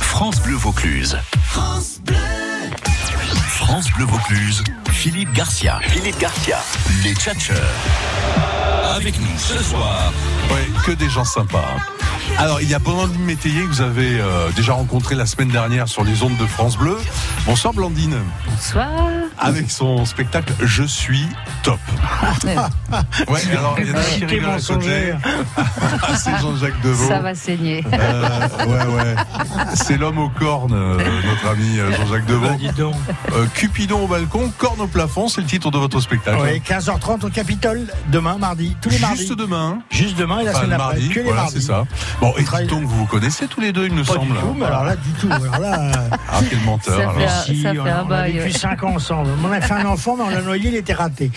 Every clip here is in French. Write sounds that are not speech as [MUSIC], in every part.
France Bleu Vaucluse. France Bleu. France Bleu Vaucluse. Philippe Garcia. Philippe Garcia. Les Tchatcheurs. Avec nous ce soir. Ouais, que des gens sympas. hein. Alors, il y a Blandine Métayer que vous avez euh, déjà rencontré la semaine dernière sur les ondes de France Bleu. Bonsoir Blandine. Bonsoir. Avec son spectacle Je suis top. Ouais, alors il y en a un qui rigole à côté. Ah, c'est Jean-Jacques Devaux. Ça va saigner. Euh, ouais, ouais. C'est l'homme aux cornes, euh, notre ami Bah, euh, Jean-Jacques Devaux. Euh, Cupidon au balcon, corne au plafond, c'est le titre de votre spectacle. Oui, 15h30 au Capitole, demain, mardi, tous les mardis. Juste demain. Juste demain et la Enfin, semaine le d'après, mardi, que les voilà, mardis. c'est ça. Bon, et Travaille- dites donc, vous vous connaissez tous les deux, il me Pas semble. du tout, mais alors là, du [LAUGHS] tout. Alors là, euh, Ah, quel menteur. Ça alors. fait un- ça fait on, un a- on a bail, vécu ouais. 5 ans ensemble. On a fait un enfant, mais on l'a noyé, il était raté.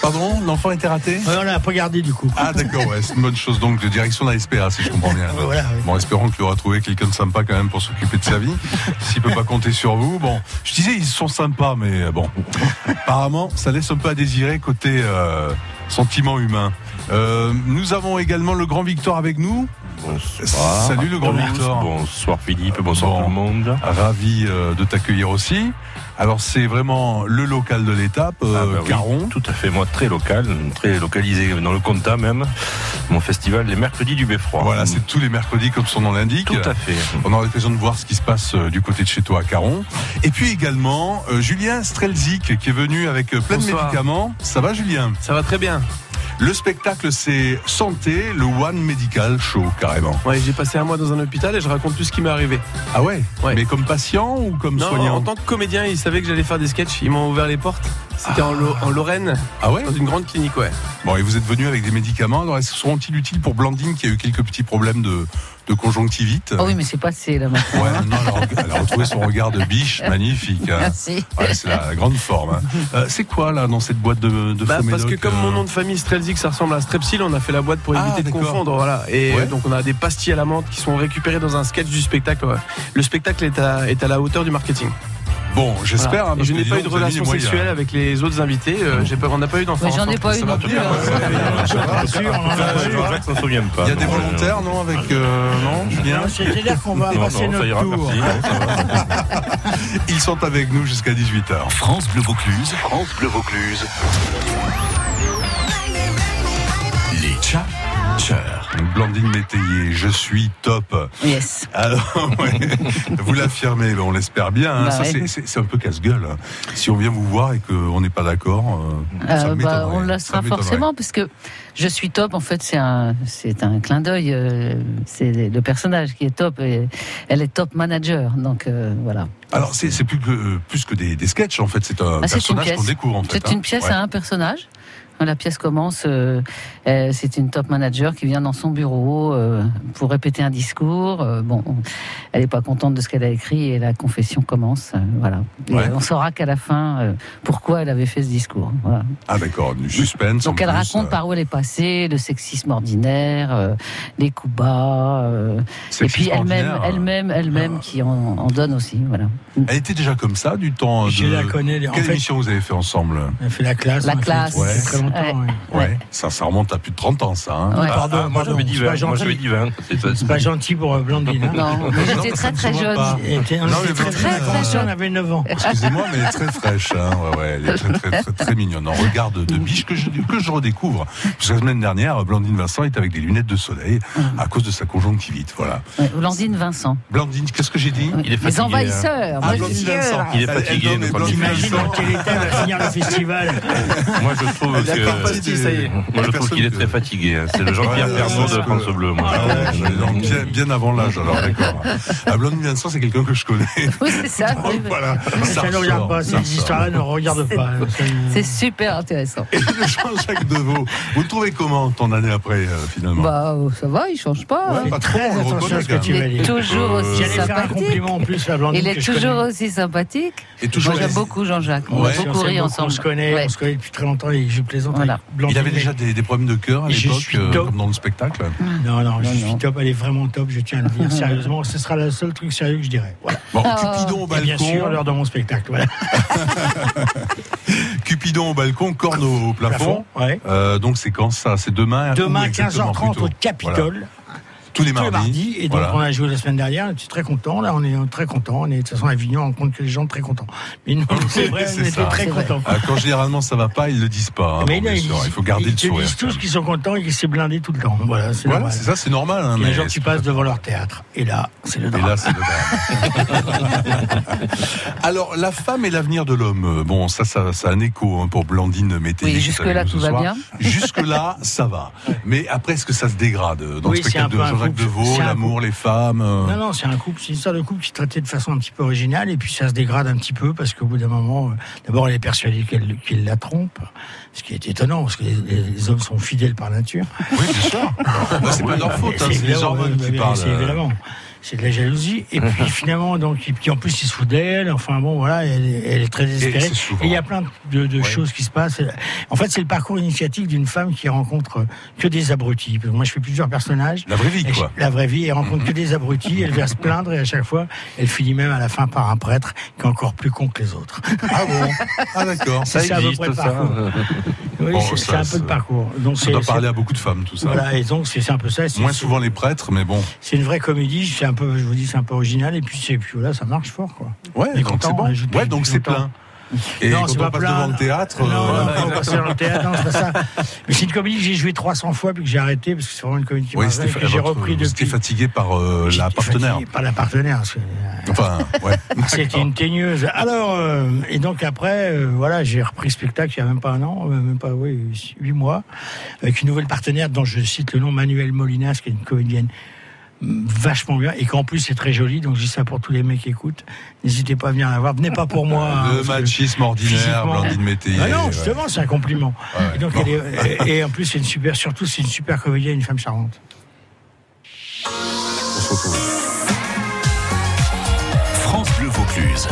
Pardon, l'enfant était raté Ouais, on l'a pas gardé du coup. Ah d'accord, ouais, c'est une bonne chose donc de direction de la SPA si je comprends bien. Voilà, oui. Bon, espérons qu'il aura trouvé quelqu'un de sympa quand même pour s'occuper de sa vie. S'il peut pas compter sur vous, bon, je disais ils sont sympas, mais euh, bon, apparemment ça laisse un peu à désirer côté euh, sentiment humain. Euh, nous avons également le grand Victor avec nous. Bonsoir. Salut, le grand Bonsoir. Victor. Bonsoir Philippe, bonsoir Bon. tout le monde. Ravi euh, de t'accueillir aussi. Alors c'est vraiment le local de l'étape, euh, Ah bah oui, Caron. tout à fait, moi très local, très localisé dans le Comtat même. Mon festival les mercredis du Beffroi. Voilà, c'est tous les mercredis comme son nom l'indique. tout à fait. On aura l'occasion de voir ce qui se passe euh, du côté de chez toi à Caron. Et puis également euh, Julien Strelzik qui est venu avec euh, plein de Bonsoir. médicaments. Ça va Julien Ça va très bien. Le spectacle c'est Santé, le One Medical Show carrément. Ouais, j'ai passé un mois dans un hôpital et je raconte tout ce qui m'est arrivé. Ah ouais, Ouais. Mais comme patient ou comme Non, soignant en tant que comédien, ils savaient que j'allais faire des sketchs. Ils m'ont ouvert les portes. C'était en, Lo- en Lorraine, Ah ouais dans une grande clinique, ouais. Bon et vous êtes venu avec des médicaments. Alors est-ce que seront-ils utiles pour Blandine qui a eu quelques petits problèmes de, de conjonctivite Ah oui, mais c'est passé là-bas. Ouais, non, elle, a, elle a retrouvé son regard de [LAUGHS] biche, magnifique. hein. Merci. Ouais, c'est la grande forme. hein. Euh, c'est quoi là dans cette boîte de, de Bah, faux parce que médoc, comme euh, mon nom de famille Strelzik, ça ressemble à Strepsil, on a fait la boîte pour Ah, éviter de d'accord. confondre. Voilà. Et euh, Ouais. donc on a des pastilles à la menthe qui sont récupérées dans un sketch du spectacle. ouais. Le spectacle est à, est à la hauteur du marketing. Bon, j'espère. Voilà. hein, Et parce je que n'ai dis pas eu donc, de vous avez mis relation les moyens. sexuelle avec les autres invités. euh, j'ai pas- on n'a pas eu d'enfants. Mais j'en ensemble, ai pas ça eu va non tout plus, bien. hein. Je te rassure, on en a pas eu, hein. Ah, Je ne souviens pas. Il y a des Non, volontaires, non, avec euh, non, Julien. Non, C'est-à-dire qu'on va Non, non, passer ça ira, notre tour. merci. Non, ça va. [LAUGHS] Ils sont avec nous jusqu'à 18 h France Bleu Vaucluse. France Bleu Vaucluse. Les Tchatcheurs. Blandine Métayer, je suis top. Yes. Alors, Ah, [LAUGHS] ouais, vous l'affirmez, ben, on l'espère bien. hein. Bah Ça, ouais. c'est- c'est c'est un peu casse-gueule. hein. Si on vient vous voir et qu'on n'est pas d'accord, euh, ça Euh, m'étonnerait. bah, on le Ça laissera m'étonnerait. forcément parce que je suis top. En fait, c'est un, c'est un clin d'œil. euh, c'est le personnage qui est top. Et elle est top manager. Donc euh, voilà. Alors, c'est c'est plus que, plus que des, des sketchs, en fait. C'est un Ah, c'est Euh, une personnage qu'on pièce. découvre, en fait. hein. C'est une pièce hein. à un personnage. La pièce commence, euh, euh, c'est une top manager qui vient dans son bureau euh, pour répéter un discours. Euh, bon, elle n'est pas contente de ce qu'elle a écrit et la confession commence. euh, voilà. Et Ouais. on saura qu'à la fin euh, pourquoi elle avait fait ce discours. Voilà. Ah, d'accord, du suspense. en Donc elle plus, raconte euh, par où elle est passée, le sexisme ordinaire, euh, les coups bas, euh, et sexisme puis elle-même, ordinaire. euh, elle-même, elle-même qui en, en donne aussi. Voilà. Elle était déjà comme ça, du temps. Je de- la connais. En Quelle fait, émission vous avez fait ensemble on a fait la classe. La on a fait classe. ça fait très longtemps, oui. Ouais, ça, ça remonte à plus de 30 ans, ça. hein. Ouais. Ah, Pardon, moi pardon, j'avais dit c'est pas 20. Moi gentil. j'avais dit 20. C'est ça, C'est pas gentil pour euh, Blandine. hein. Non, mais j'étais ça me très très surprend jeune. pas. Et t'es- on Non, était mais très, Blandine, très euh, conscient, on avait 9 ans. Excusez-moi, mais elle est très fraîche. hein. Ouais, ouais, elle est très, très, très, très mignonne. En regard de, de biche que je, que je redécouvre. Parce que la semaine dernière, Blandine Vincent est avec des lunettes de soleil à cause de sa conjonctivite. Voilà. Ouais, Blandine Vincent. Blandine, qu'est-ce que j'ai dit Ah, Il est Les fatigué, envahisseurs. moi, je Blandine suis Vincent. Il est Elle- elle fatigué, nomme mais Blandine [LAUGHS] Imagine Vincent. dans quel état elle va finir le festival. Moi [LAUGHS] je trouve Il a pas que. parti, ça y est. Moi je trouve Personne qu'il est que- très fatigué. hein. C'est le [LAUGHS] Jean-Pierre Ouais, Pernaut ouais, de France Bleu. moi. Ah ouais, je- non, bien, bien avant l'âge, alors, d'accord. Ah, Blandine Vincent, c'est quelqu'un que je connais. Oui, c'est ça. Ah Donc, voilà. Ça ne regarde ressort, pas, ça ces ressort. histoires-là ne regardent pas. C'est super intéressant. Et le Jean-Jacques Deveau, vous le trouvez comment ton année après, euh, finalement Bah, euh, ça va, il change pas. Ouais, hein. pas trop, Très on le attention reconnaît, à ce que quand tu Il vas est dire. toujours aussi J'allais faire un sympathique. compliment en plus à Blandine. Il que est je connais. toujours aussi sympathique. Et toujours Moi, j'aime les- beaucoup Jean-Jacques. On Ouais, a Si on beaucoup s'aime ri beaucoup, ensemble. On se connaît, Ouais. on se connaît depuis très longtemps et je plaisante Voilà. avec Blandine. Il avait déjà des, des problèmes de cœur à Je l'époque, suis euh, top. comme dans le spectacle. Non, non, je Non, non. suis top, elle est vraiment top, je tiens à le dire sérieusement. Ce sera le seul truc sérieux que je dirais. Voilà. Bon, Ah. Cupidon au Et bien sûr, balcon, lors de mon spectacle. [LAUGHS] Voilà. Cupidon au balcon, corne au plafond. Plafond, ouais. Euh, donc c'est quand ça C'est demain. Demain, Où exactement, 15h30 au plutôt Capitole. tous les Tous mardis. les mardis. Et donc, Voilà. [LAUGHS] on a joué la semaine dernière. On était très contents. Là, on est euh, très contents. On est, de toute façon, à Avignon, on compte que les gens très contents. Mais [LAUGHS] nous, c'est vrai, C'est on ça. était très C'est vrai. contents. Ah, quand généralement ça va pas, ils le disent pas. hein. Bon, bien là, sûr, il faut garder ils le te sourire. disent tous qu'ils sont contents et qu'ils s'est blindé tout le temps. Voilà, c'est Voilà, normal. c'est ça, c'est normal. hein, Il y a mais des gens qui passent devant leur théâtre. Et là, c'est le Et drame. là, c'est le drame. [LAUGHS] Alors, la femme et l'avenir de l'homme. Euh, Bon, ça, ça, ça a un écho hein, pour Blandine Mété. Oui, jusque-là, tout va bien. Jusque-là, ça va. Mais après, est-ce que ça se dégrade euh, dans le Oui, c'est un spectacle de peu un Jean-Jacques couple. Devaux, C'est un l'amour, les femmes euh, Non, non, c'est un couple, c'est une histoire de couple qui traitait de façon un petit peu originale, et puis ça se dégrade un petit peu, parce qu'au bout d'un moment, euh, d'abord, elle est persuadée qu'elle qu'il la trompe, ce qui est étonnant, parce que les, les hommes sont fidèles par nature. Oui, bien [LAUGHS] sûr. Bah, c'est pas leur faute, hein, C'est c'est les évidemment, hormones ouais, qui mais parlent. C'est euh. évidemment. C'est de la jalousie. [LAUGHS] Et puis finalement, donc, et puis en plus, il se fout d'elle. Enfin bon, voilà, elle, est- elle est très désespérée. c'est souvent. Et il y a plein de, de choses qui se passent. En fait, c'est le parcours initiatique d'une femme qui rencontre que des abrutis. Parce que moi, je fais plusieurs personnages. La vraie vie, Et quoi. Mhm. La vraie vie, elle rencontre que des abrutis, elle vient se plaindre et à chaque fois, elle finit même à la fin par un prêtre qui est encore plus con que les autres. [LAUGHS] Ah bon Ah d'accord. Ça c'est à peu près le parcours. Oui, Bon, ça, c'est c'est un ça- peu le parcours. Donc Ça c'est doit c'est- parler à beaucoup de femmes, tout ça. voilà, et donc c'est c'est un peu ça. c'est- Moins c'est- souvent les prêtres, mais bon. C'est une vraie comédie. C'est un peu, je vous dis, c'est un peu original. Et puis c'est, puis voilà, ça marche fort, quoi. Ouais, Et donc content, c'est bon. on ajoute Ouais, plus donc c'est longtemps. plein. Et Non, quand c'est on pas passe plein. devant le théâtre, Non, euh, non, voilà, non, on passe dans le théâtre, non, c'est pas ça. Mais c'est une comédie que j'ai jouée 300 fois puis que j'ai arrêtée parce que c'est vraiment une comédie qui m'a Oui, marqué, c'était que j'ai votre- repris c'était depuis. fatigué par euh, la J'étais partenaire. fatigué, Pas la partenaire. parce que, euh, Enfin, ouais. [LAUGHS] C'était une teigneuse. Alors, euh, et donc après, euh, voilà, j'ai repris le spectacle il y a même pas un an, euh, même pas, oui, huit mois, avec une nouvelle partenaire dont je cite le nom Manuel Molinas, qui est une comédienne mm, vachement bien, et qu'en plus c'est très joli, donc je dis ça pour tous les mecs qui écoutent. N'hésitez pas à venir la voir, venez pas pour moi. hein, Le parce que- machisme ordinaire, physiquement- Blandine Métayer. Ah non, ouais. justement, c'est un compliment. Ouais, Et, donc, bon. elle est- et- et en plus, c'est une super, surtout, c'est une super comédienne, une femme charmante. On se retrouve. France Bleu Vaucluse.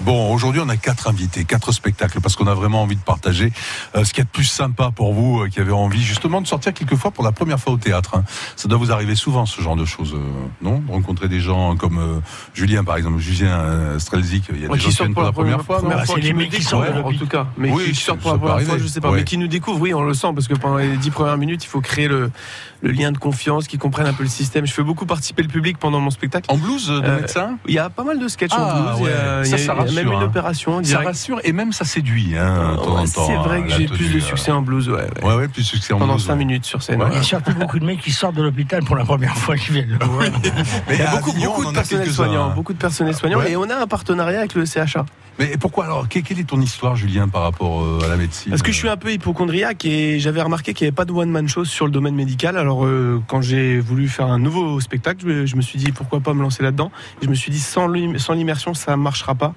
Bon, aujourd'hui, on a quatre invités, quatre spectacles, parce qu'on a vraiment envie de partager euh, ce qu'il y a de plus sympa pour vous, euh, qui avez envie justement de sortir quelquefois pour la première fois au théâtre. hein. Ça doit vous arriver souvent, ce genre de choses, euh, non De Rencontrer des gens comme euh, Julien, par exemple, Julien euh, Strelzik, il y a Ouais, des gens qui qui viennent sortent pour la première fois, non première fois, qui qui me me découvrent, découvrent, en tout cas. Mais Oui, qui ça- sortent pour ça la peut première fois, arriver. je sais pas. Ouais. Mais qui nous découvrent, oui, on le sent, parce que pendant les dix premières minutes, il faut créer le, le lien de confiance, qu'ils comprennent un peu le système. Je fais beaucoup participer le public pendant mon spectacle. En blouse euh, de Euh, médecin Il y a pas mal de sketchs Ah, en blues, il y a- ouais. il y Ça, a, ça il y a rassure, même hein. une opération en Ça direct. rassure et même ça séduit, hein, de temps en Ouais, temps. C'est hein, vrai que la j'ai plus de tenue, succès euh. en blues, ouais, ouais. Ouais, ouais, plus de succès en pendant blouse, 5 ouais. minutes sur scène. Ouais. ouais. Il y a surtout beaucoup de mecs qui sortent de l'hôpital pour la première fois qui viennent le voir. Mais Il y a à beaucoup, Avignon, beaucoup on de en a personnels quelques-uns. soignants, beaucoup de personnels soignants, Ouais. et on a un partenariat avec le CHA. Mais pourquoi alors que- Quelle est ton histoire, Julien, par rapport euh, à la médecine Parce que je suis un peu hypochondriaque et j'avais remarqué qu'il n'y avait pas de one man show sur le domaine médical. Alors euh, quand j'ai voulu faire un nouveau spectacle, je, je me suis dit pourquoi pas me lancer là-dedans. Je me suis dit sans l'im- sans l'immersion ça ne marchera pas.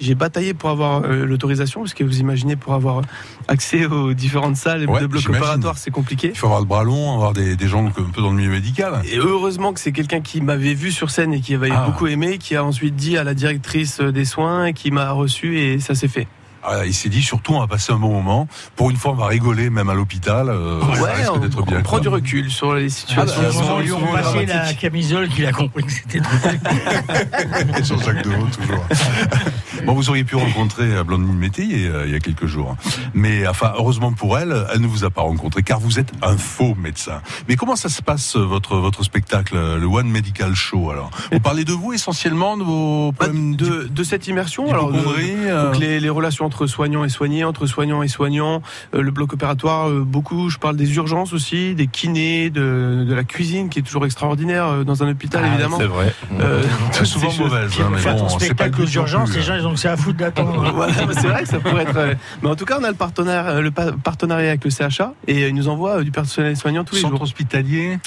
J'ai bataillé pour avoir euh, l'autorisation parce que vous imaginez pour avoir accès aux différentes salles Ouais, de bloc j'imagine. opératoire c'est compliqué. Il faut avoir le bras long, avoir des, des gens un peu dans le milieu médical. Et heureusement que c'est quelqu'un qui m'avait vu sur scène et qui avait Ah. beaucoup aimé, qui a ensuite dit à la directrice euh, des soins, et qui m'a reçu et ça s'est fait. Ah, il s'est dit surtout on va passer un bon moment. Pour une fois, on va rigoler, même à l'hôpital. euh, ça risque on, d'être bien. on prend quoi. du recul sur les situations. bah, Ils Ils ont- ont- ils ont ils ont passé la la camisole qu'il a compris que c'était trop [LAUGHS] Jean-Jacques Devaux, toujours. [LAUGHS] bon, vous auriez pu rencontrer euh, Blandine Métayer euh, il y a quelques jours. Mais enfin, heureusement pour elle, elle ne vous a pas rencontré, car vous êtes un faux médecin. Mais comment ça se passe, euh, votre, votre spectacle, euh, le One Medical Show, alors Vous parlez de vous essentiellement, de vos Pas problèmes Bah, de, de cette immersion, alors de- d'hypocondrie euh, donc les, les relations entre soignants et soignés, entre soignants et soignants, euh, le bloc opératoire, euh, beaucoup. Je parle des urgences aussi, des kinés, de, de la cuisine qui est toujours extraordinaire euh, dans un hôpital évidemment. C'est vrai. Euh, Ah, [LAUGHS] [LAUGHS] C'est souvent ces choses. mauvaise, hein, mais Faire bon, ton c'est pas le spectacle aux but non urgences, plus, les hein. gens, ils ont que ça à foutre [LAUGHS] d'attendre. Ouais, mais c'est vrai que ça pourrait être. euh, Mais en tout cas, on a le partenariat, euh, le pa- partenariat avec le CHA et euh, ils nous envoient euh, du personnel soignant tous les Centre jours hospitalier.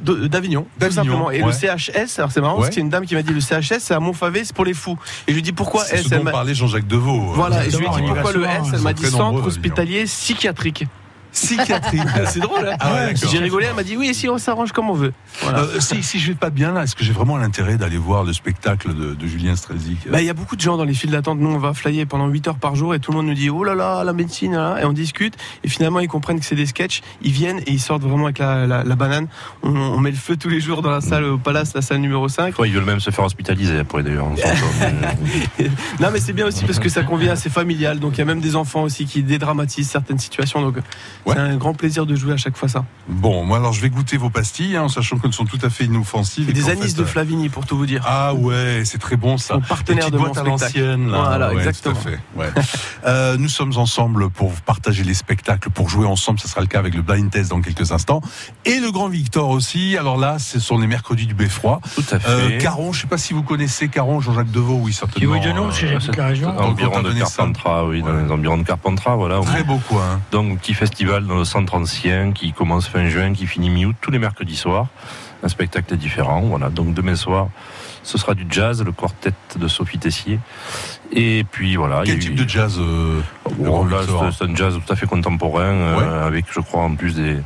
De- d'Avignon, tout D'Avignon, simplement. Et ouais. le CHS, alors c'est marrant parce Ouais. qu'il y a une dame qui m'a dit le CHS, c'est à Montfavet, c'est pour les fous. Et je lui dis pourquoi C'est euh, S ce elle dont m'a- parlait Jean-Jacques Devaux. Bah, Voilà, et je lui ai Exactement, dit on y va pourquoi le souvent, S, hein. elle m'a Ils sont dit très nombreux, centre Avignon. hospitalier psychiatrique. Psychiatrie. [LAUGHS] C'est drôle, hein Ah ouais, d'accord. J'ai rigolé, elle m'a dit oui, si on s'arrange comme on veut. Voilà. Euh, si, si je vais pas bien là, est-ce que j'ai vraiment l'intérêt d'aller voir le spectacle de, de Julien euh Strelzik Bah, il y a beaucoup de gens dans les files d'attente. Nous, on va flyer pendant 8 heures par jour et tout le monde nous dit oh là là, la médecine, hein. et on discute. Et finalement, ils comprennent que c'est des sketchs. Ils viennent et ils sortent vraiment avec la, la- la banane. On, on met le feu tous les jours dans la salle au Palace, la salle numéro 5. Ils veulent même se faire hospitaliser après d'ailleurs. on s'entend. [LAUGHS] Non, mais c'est bien aussi parce que ça convient, c'est familial. Donc, il y a même des enfants aussi qui dédramatisent certaines situations. Donc, Ouais. C'est un grand plaisir de jouer à chaque fois ça. Bon, moi alors je vais goûter vos pastilles, hein, en sachant qu'elles sont tout à fait inoffensives. Et et des qu'en anis fait, de euh, Flavigny pour tout vous dire. Ah ouais, c'est très bon ça. Mon partenaire Les petites de mon boîtes à spectacle. l'ancienne, là. Voilà, Ouais, exactement. tout à fait, ouais. Euh, nous sommes ensemble pour vous partager les spectacles, pour jouer ensemble. Ce sera le cas avec le blind test dans quelques instants. Et le Grand Victor aussi. Alors là, ce sont les mercredis du Beffroi. Tout à fait. Euh, Caron, je sais pas si vous connaissez Caron, Jean-Jacques Deveau, oui, Qui certainement. vous donne nom, Euh, parce que j'habite la région. Dans l'environ Canton de de Naissance. Carpentras, oui, dans Ouais. les environs de Carpentras, voilà. Très beau coin. hein. Donc, un petit festival dans le centre ancien qui commence fin juin, qui finit mi-août, tous les mercredis soirs. Un spectacle différent, voilà. Donc, demain soir, ce sera du jazz, le quartet de Sophie Tessier. Et puis, voilà. il y a Quel eu- type de jazz euh, le Oh, Grand là, Victor c'est c'est un jazz tout à fait contemporain, euh, avec, je crois, en plus des,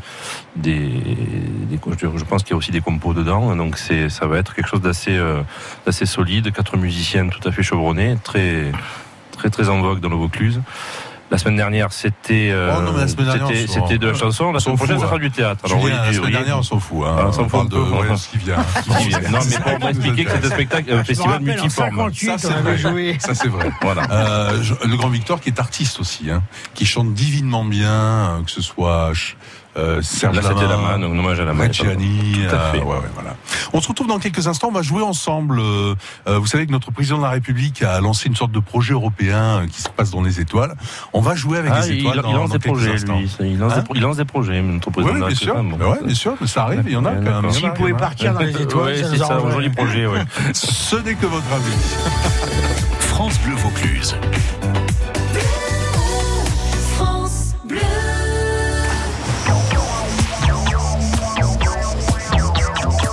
des, des- je, je pense qu'il y a aussi des compos dedans. Donc c'est, ça va être quelque chose d'assez, euh, d'assez solide. Quatre musiciens tout à fait chevronnés, très, très, très en vogue dans le Vaucluse. La semaine dernière, c'était, euh, Oh non, mais la semaine dernière, c'était, on s'en- c'était de la chanson. La on s'en semaine prochaine, fout, ça sera hein. du théâtre. Julien, oui, la du- semaine oui. dernière, on s'en fout. Hein. Ah, on s'en fout parle un de peu, on ouais, s'en ce qui vient. Qui vient. Non, mais pour Ça, vous expliquer que c'est un spectacle, un Je me festival rappelle en multiforme. 58, Ça, on c'est avait vrai. joué. Ça, c'est vrai. Voilà. Euh, je- le grand Victor qui est artiste aussi, hein, qui chante divinement bien, euh, que ce soit euh, Serge Là, c'était la Lama, main, donc hommage à la main. Reggiani, Tout à euh, fait. ouais, ouais, voilà. On se retrouve dans quelques instants. On va jouer ensemble. euh, euh, vous savez que notre président de la République a lancé une sorte de projet européen euh, qui se passe dans les étoiles. On va jouer avec Ah, les il, étoiles il dans, lance dans des quelques projets, instants. lui. Il lance, Hein des, pro- il lance des projets, une entreprise. Oui, dans oui, la- bien sûr. bon, Mais ouais, ça- bien sûr, mais ça arrive, il y en a quand D'accord. même. Si Si vous pouvez partir dans les étoiles, Ouais, ça c'est nous ça, un arrangerait. joli projet, ouais. Ce n'est que votre avis. [LAUGHS] France Bleu Vaucluse. France Bleu.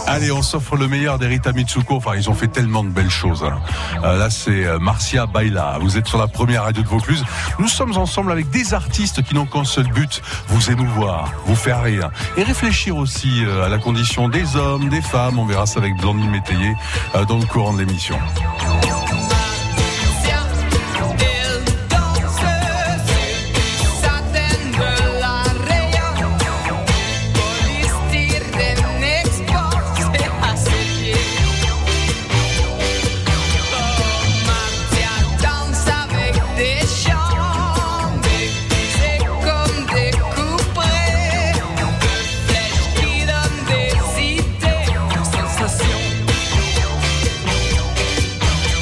Allez, on s'offre le meilleur des Rita Mitsuko. Enfin, ils ont fait tellement de belles choses. hein. Euh, là, c'est euh, Marcia Baila. Vous êtes sur la première radio de Vaucluse. Nous sommes ensemble avec des artistes qui n'ont qu'un seul but vous émouvoir, vous faire rire et réfléchir aussi euh, à la condition des hommes, des femmes. On verra ça avec Blandine Métayer euh, dans le courant de l'émission. Sensation.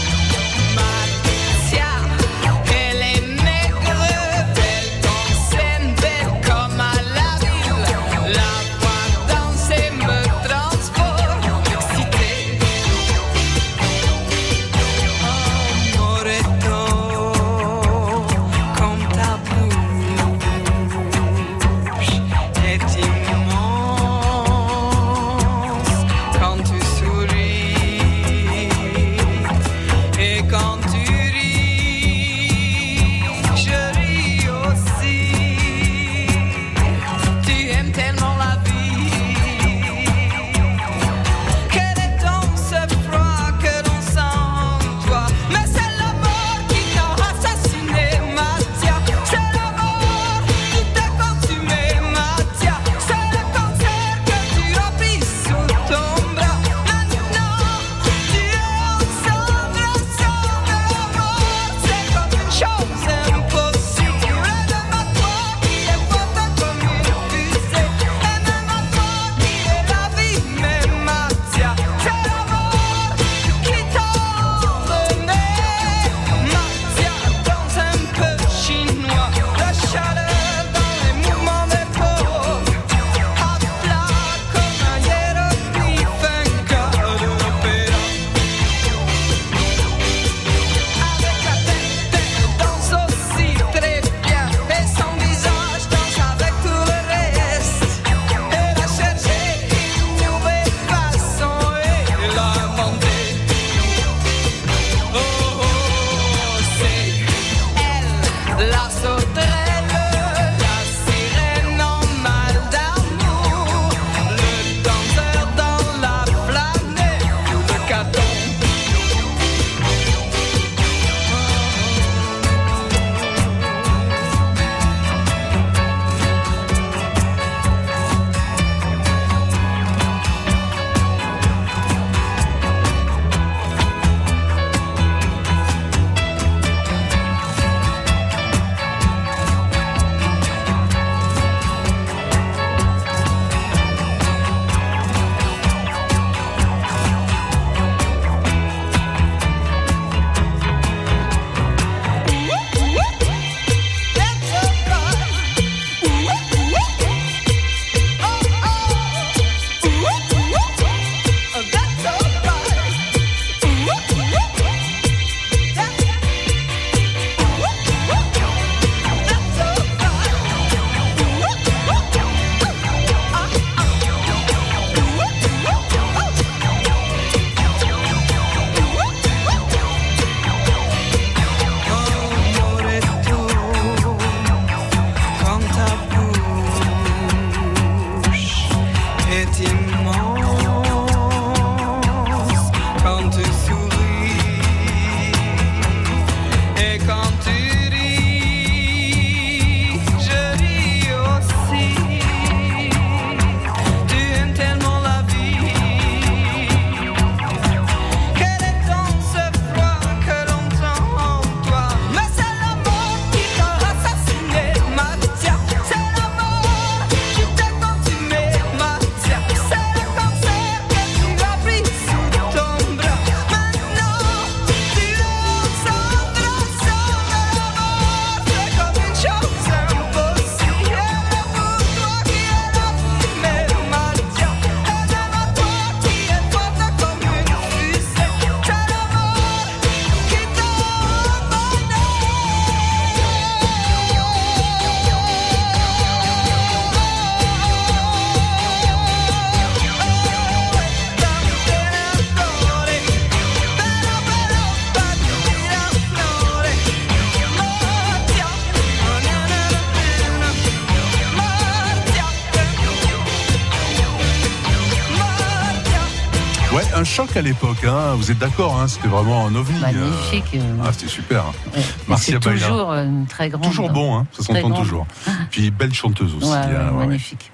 choc à l'époque, hein. vous êtes d'accord, hein, c'était vraiment un ovni. Magnifique. euh. Ah, c'était super. hein. Ouais. Marcia C'est Baila. toujours une très grande. Toujours bon, hein, ça Très s'entend grand. toujours. Puis belle chanteuse Ouais, aussi. ouais, euh, hein, ouais, ouais. magnifique.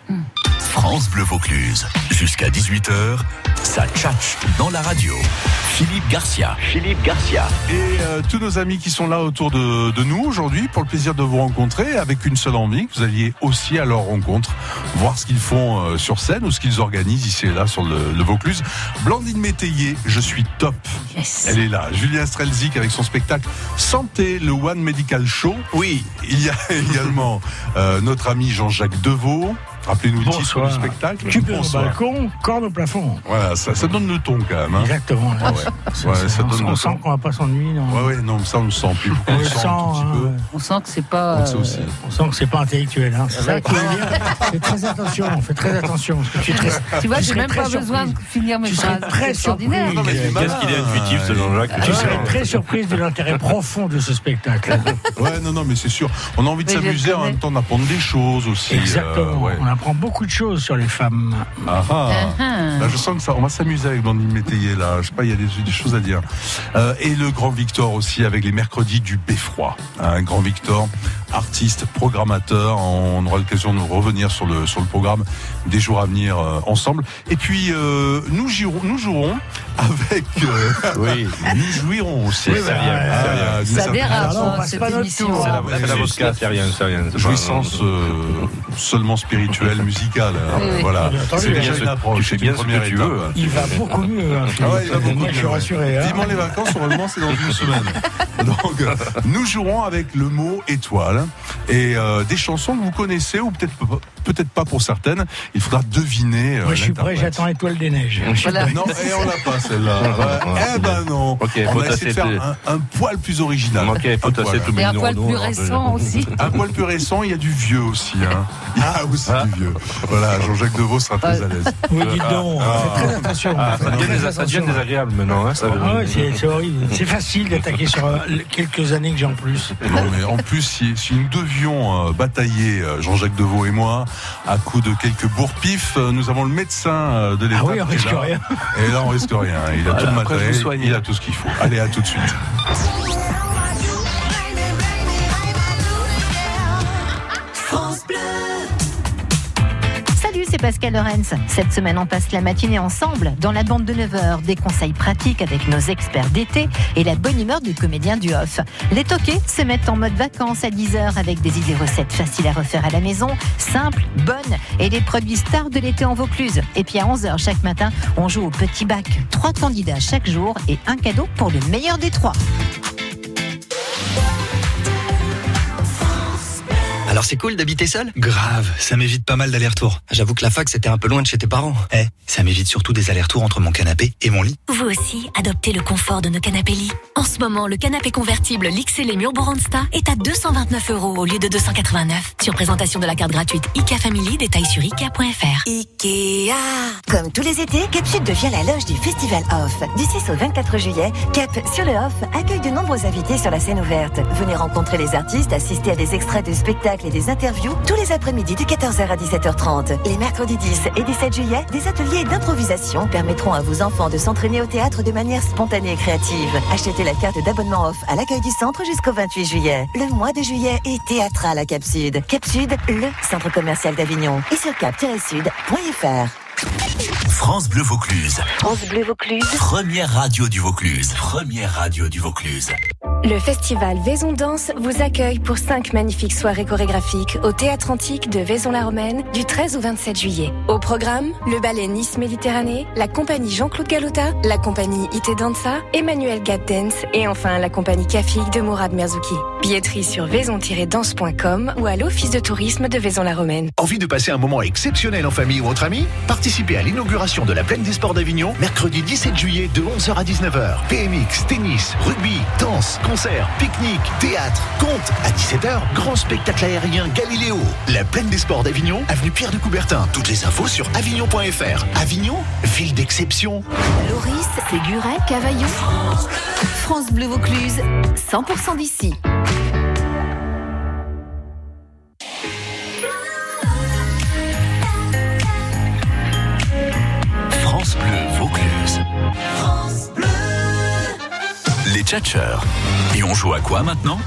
France Bleu Vaucluse. Jusqu'à 18h, ça tchatche dans la radio. Philippe Garcia. Philippe Garcia. Et euh, tous nos amis qui sont là autour de, de nous aujourd'hui, pour le plaisir de vous rencontrer, avec une seule envie, que vous alliez aussi à leur rencontre, voir ce qu'ils font euh, sur scène ou ce qu'ils organisent ici et là sur le, le Vaucluse. Blandine Métayer, je suis top. Yes. Elle est là. Julien Strelzik avec son spectacle Santé, le One Medical Show. Oui. Il y a [LAUGHS] également euh, notre ami Jean-Jacques Deveau. Rappelez-nous le titre Bonsoir. du spectacle. Tu peux au Bonsoir. balcon, corne au plafond. Voilà, ça, ça donne le ton quand même. hein. Exactement. là. Ouais, ouais, ça on, donne on le sent ton. qu'on va pas s'ennuyer. non. Ouais, ouais, non, ça on le sent plus. On le le sent sent, un tout petit hein, peu. ouais. On sent que c'est pas. On le sait euh, aussi. on sent que c'est pas intellectuel. Hein. [LAUGHS] C'est ça qui Ah veut dire. Fais très attention, on fait très attention. parce que tu es [LAUGHS] très- Tu vois, tu j'ai serais même pas très besoin de surprise. finir mes Tu serais phrases. très C'est extraordinaire. mais surprise. Qu'est-ce Qu'est-ce qu'il est intuitif, ce Jean-Jacques Tu tu sais, serais hein. très surprise de l'intérêt profond Ah, de ce spectacle. Ouais, non, non, mais c'est sûr. On a envie de Mais je le s'amuser en connais. même temps d'apprendre des choses aussi. euh, Exactement. ouais. On apprend beaucoup de choses sur les femmes. Ah, ah. Ah, Là, je sens que ça, on va s'amuser avec Blandine Métayer, là. Je sais pas, il y a des, des choses à dire. Euh, et le Grand Victor aussi, avec les mercredis du Beffroi. Un Grand Victor, artiste, programmateur. On aura l'occasion de revenir sur le, sur le programme des jours à venir euh, ensemble. Et puis, euh, nous, girons, nous jouerons avec... euh, Oui, [LAUGHS] nous jouirons aussi. Oui, c'est rien, c'est rien. Ah, nous Ça sommes- dérape, Alors, on hein, passe cette pas notre émission. tour. c'est la, Ouais, c'est la c'est vodka, c'est rien, c'est rien. c'est pas- jouissance euh, seulement spirituelle, musicale. hein, Oui, oui. Voilà, Bien entendu. c'est Tu déjà fais une bien ce- approche. tu fais c'est bien une ce que première tu étape. veux, hein. Il va beaucoup mieux. hein, Ah ouais, il va Philippe. beaucoup Moi, mieux, je suis ouais. rassuré. hein. Vivement les vacances, heureusement, c'est dans une semaine. [LAUGHS] Donc, euh, nous jouerons avec le mot étoile et euh, des chansons que vous connaissez ou peut-être pas- peut-être pas pour certaines. Il faudra deviner. euh, [LAUGHS] Moi, je suis prêt, l'interprète. j'attends Étoile des Neiges. Voilà. Non, et on l'a pas [LAUGHS] celle-là. Ouais. eh ben non. Ok, on faut va essayer de faire tasser un, un poil plus original. Ok, faut Un tasser poil. tout Et un mignon, poil nous, plus on rappelle. récent aussi. Un poil plus récent, il y a du vieux aussi. Hein. Il y Ah. a aussi du vieux. Voilà, Jean-Jacques Deveau sera Ah. très à l'aise. Oui, dites donc. Ah. Fais très attention. Ah, Fais ça devient très dés- ça attention. devient désagréable maintenant. Hein, ça, Ah ouais, c'est c'est horrible. C'est facile d'attaquer sur euh, les quelques années que j'ai en plus. Non, mais en plus, si, si nous devions euh, batailler, euh, Jean-Jacques Deveau et moi, à coup de quelques bourpifs, euh, nous avons le médecin euh, de l'État. Ah oui, on qui est risque là. rien. Et là, on risque rien. Il a tout le après, je vous matériel, soigne. il a tout ce qu'il faut. Allez, à tout de suite. France Bleu. Salut, c'est Pascal Lorenz. Cette semaine, on passe la matinée ensemble dans la bande de 9h. Des conseils pratiques avec nos experts d'été et la bonne humeur du comédien du off. Les toqués se mettent en mode vacances à 10h avec des idées recettes faciles à refaire à la maison, simples, bonnes et des produits stars de l'été en Vaucluse. Et puis à 11h chaque matin, on joue au petit bac. Trois candidats chaque jour et un cadeau pour le meilleur des trois. Alors c'est cool d'habiter seul Grave, ça m'évite pas mal d'allers-retours. J'avoue que la fac c'était un peu loin de chez tes parents. Eh, ça m'évite surtout des allers-retours entre mon canapé et mon lit. Vous aussi, adoptez le confort de nos canapés lits. En ce moment, le canapé convertible L'XL Murboransta est à 229 euros au lieu de 289. Sur présentation de la carte gratuite IKEA Family, détail sur IKEA.fr. Ikea. Comme tous les étés, Cap Sud devient la loge du Festival Off. Du 6 au 24 juillet, Cap sur le Off accueille de nombreux invités sur la scène ouverte. Venez rencontrer les artistes, assister à des extraits de spectacles et des interviews tous les après-midi de 14h à 17h30. Les mercredis 10 et 17 juillet, des ateliers d'improvisation permettront à vos enfants de s'entraîner au théâtre de manière spontanée et créative. Achetez la carte d'abonnement Off à l'accueil du centre jusqu'au 28 juillet. Le mois de juillet est théâtral à Cap Sud. Cap Sud, le centre commercial d'Avignon. Et sur cap-sud.fr. France Bleu Vaucluse. France Bleu Vaucluse. Première radio du Vaucluse. Première radio du Vaucluse. Le festival Vaison Danse vous accueille pour 5 magnifiques soirées chorégraphiques au Théâtre Antique de Vaison-la-Romaine du 13 au 27 juillet. Au programme, le ballet Nice Méditerranée, la compagnie Jean-Claude Galota, la compagnie Ite Danza, Emmanuel Gaddens et enfin la compagnie Cafig de Mourad Merzouki. Billetterie sur vaison-danse.com ou à l'office de tourisme de Vaison-la-Romaine. Envie de passer un moment exceptionnel en famille ou entre amis Participez à l'inauguration de la Plaine des Sports d'Avignon, mercredi 17 juillet de 11h à 19h. PMX, tennis, rugby, danse, concert, pique-nique, théâtre, conte. À 17h, grand spectacle aérien Galiléo. La Plaine des Sports d'Avignon, avenue Pierre de Coubertin. Toutes les infos sur avignon.fr. Avignon, ville d'exception. Loris, Séguret, Cavaillon. France Bleu Vaucluse, 100% d'ici. France Bleu Vaucluse. Tchatcher. Et on joue à quoi maintenant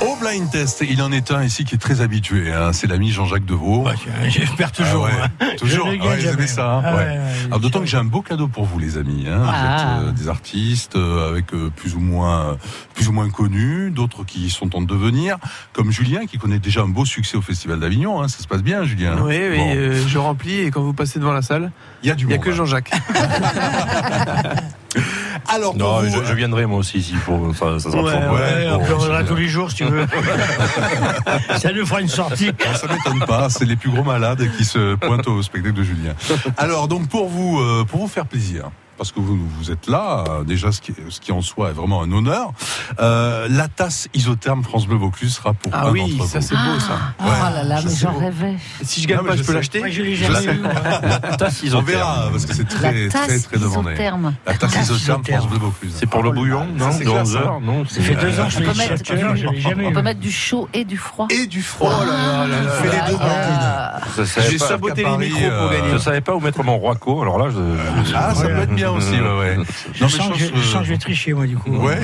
Au blind test, il en est un ici qui est très habitué. hein. C'est l'ami Jean-Jacques Deveau. je perds toujours, Ah ouais, moi. [LAUGHS] Toujours. Je Ouais, ne gagne vous aimez jamais, ça. hein, moi. Ah ouais. ouais, ouais, Alors d'autant que j'ai un beau cadeau pour vous, les amis. hein. Vous Ah. êtes, euh, des artistes euh, avec euh, plus ou moins, plus ou moins connus, d'autres qui sont en devenir, comme Julien qui connaît déjà un beau succès au Festival d'Avignon. hein. Ça se passe [LAUGHS] bien, Julien. Oui, oui, Bon. euh, je remplis et quand vous passez devant la salle, il y a du hein. a [LAUGHS] que Jean-Jacques. Alors, non, je, je viendrai moi aussi s'il faut. Ça, ça sera Ouais, trop- ouais, bon, on pleurera c'est tous les jours si [LAUGHS] tu veux. [LAUGHS] Ça nous fera une sortie. Ah, Ça m'étonne pas, c'est les plus gros malades qui se pointent au spectacle de Julien. Alors donc pour vous, euh, pour vous faire plaisir, parce que vous, vous êtes là, euh, déjà ce qui, ce qui en soi est vraiment un honneur, euh, la tasse isotherme France Bleu Vaucluse sera pour Ah un oui, d'entre ça, vous. c'est beau, ça. Oh là là, je mais sais j'en pas. rêvais. Si je gagne Non, mais pas, je, sais. peux l'acheter Moi, je l'ai Je jamais sais. eu. [LAUGHS] moi. La tasse On isotherme. verra, parce que c'est très, La très, tasse très demandé. isotherme. La tasse isotherme France Bleu Vaucluse. Ah C'est pour le bouillon, Ça, non c'est De classe, 11 hein. heures, non Euh, Ça fait deux ans que je On peut, fais mettre, chaque heure, je l'ai jamais on eu. peut mettre du chaud et du froid. Et du froid, oh là là là là. Fais les deux, Martine. Ah, Je savais J'ai pas- saboté qu'à les Paris, micros pour euh, gagner. Je savais pas où mettre mon roico, alors là, je. Ah, ça peut être bien euh, aussi, ouais, ouais. Je sens que je je sens que je vais tricher, moi, du coup. [LAUGHS] Ouais.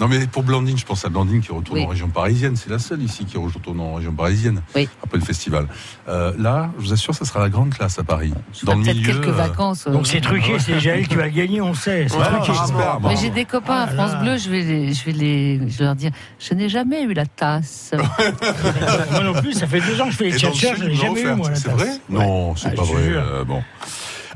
non mais pour Blandine, je pense à Blandine qui retourne Oui. en région parisienne. C'est la seule ici qui retourne en région parisienne Oui. après le festival. Euh, là, je vous assure, ça sera la grande classe à Paris. je ferai peut-être quelques euh, vacances. euh, Donc c'est truqué, c'est Jaël qui va le gagner, on sait. C'est Ouais, truqué. j'espère, moi. Mais j'ai des copains à Oh là France là. Bleu, je vais, les, je vais les, je vais leur dire, je n'ai jamais eu la [LAUGHS] tasse. Moi non plus, ça fait deux ans que je fais les et dans le tchatchers, sud, je ils l'ai l'ont jamais eu, offerte. moi. la C'est tasse. vrai Non, Ah, c'est je pas te vrai. jure. euh, bon.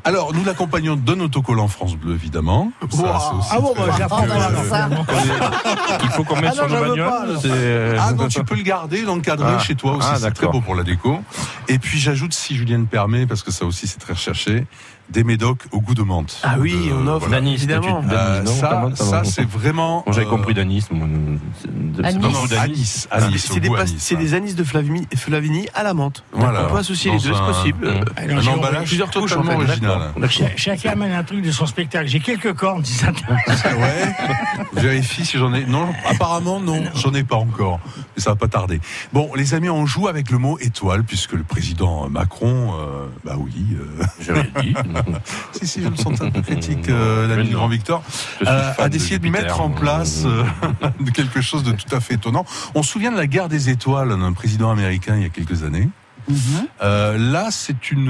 Alors, nous l'accompagnons d'un autocollant France Bleu, évidemment. Ça, Wow. c'est aussi Ah bon, très bah, je la prends important. pas, alors, ça. Il faut qu'on mette Ah non, sur nos j'en veux bagnoles. pas, alors. c'est- Ah non, tu peux le garder, l'encadrer Ah. chez toi aussi. Ah, c'est très d'accord. beau pour la déco. Et puis j'ajoute, si Julien le permet, parce que ça aussi c'est très recherché, des médocs au goût de menthe. Ah oui, Euh, on offre. voilà. Danis, évidemment. tu- tu- Euh, Danis, non, ça, comment, ça comment- c'est vraiment. Bon, J'avais euh, compris Danis. moi, c'est- c'est- c'est Anis. pas Ah, Non, beaucoup non, d'anis. Anis, Ah, C'est- Anis, au C'est des, goût pas- Anis, c'est hein. des anis de Flavini, Flavini à la menthe. Voilà. On peut associer les Dans deux, c'est un- possible. Mmh. Alors, Un j'ai envoyé- emballage plusieurs touches, totalement en fait, original. D'accord. Ch- Chacun amène un truc de son spectacle. J'ai quelques cornes, si ça t'intéresse. Ah, Ouais. Vérifie si j'en ai. Non, apparemment non, j'en ai pas encore. Mais ça va pas tarder. Bon, les amis, on joue avec le mot étoile puisque le président Macron, euh, bah oui. euh, J'avais dit. [LAUGHS] si si, je me sens un peu critique, euh, l'ami Mais du non. grand Victor. Je suis euh, fan a décidé de Jupiter, mettre en moi. place euh, [LAUGHS] de quelque chose de tout à fait étonnant. On se souvient de la guerre des étoiles d'un président américain il y a quelques années. Mhm. Euh, là, c'est une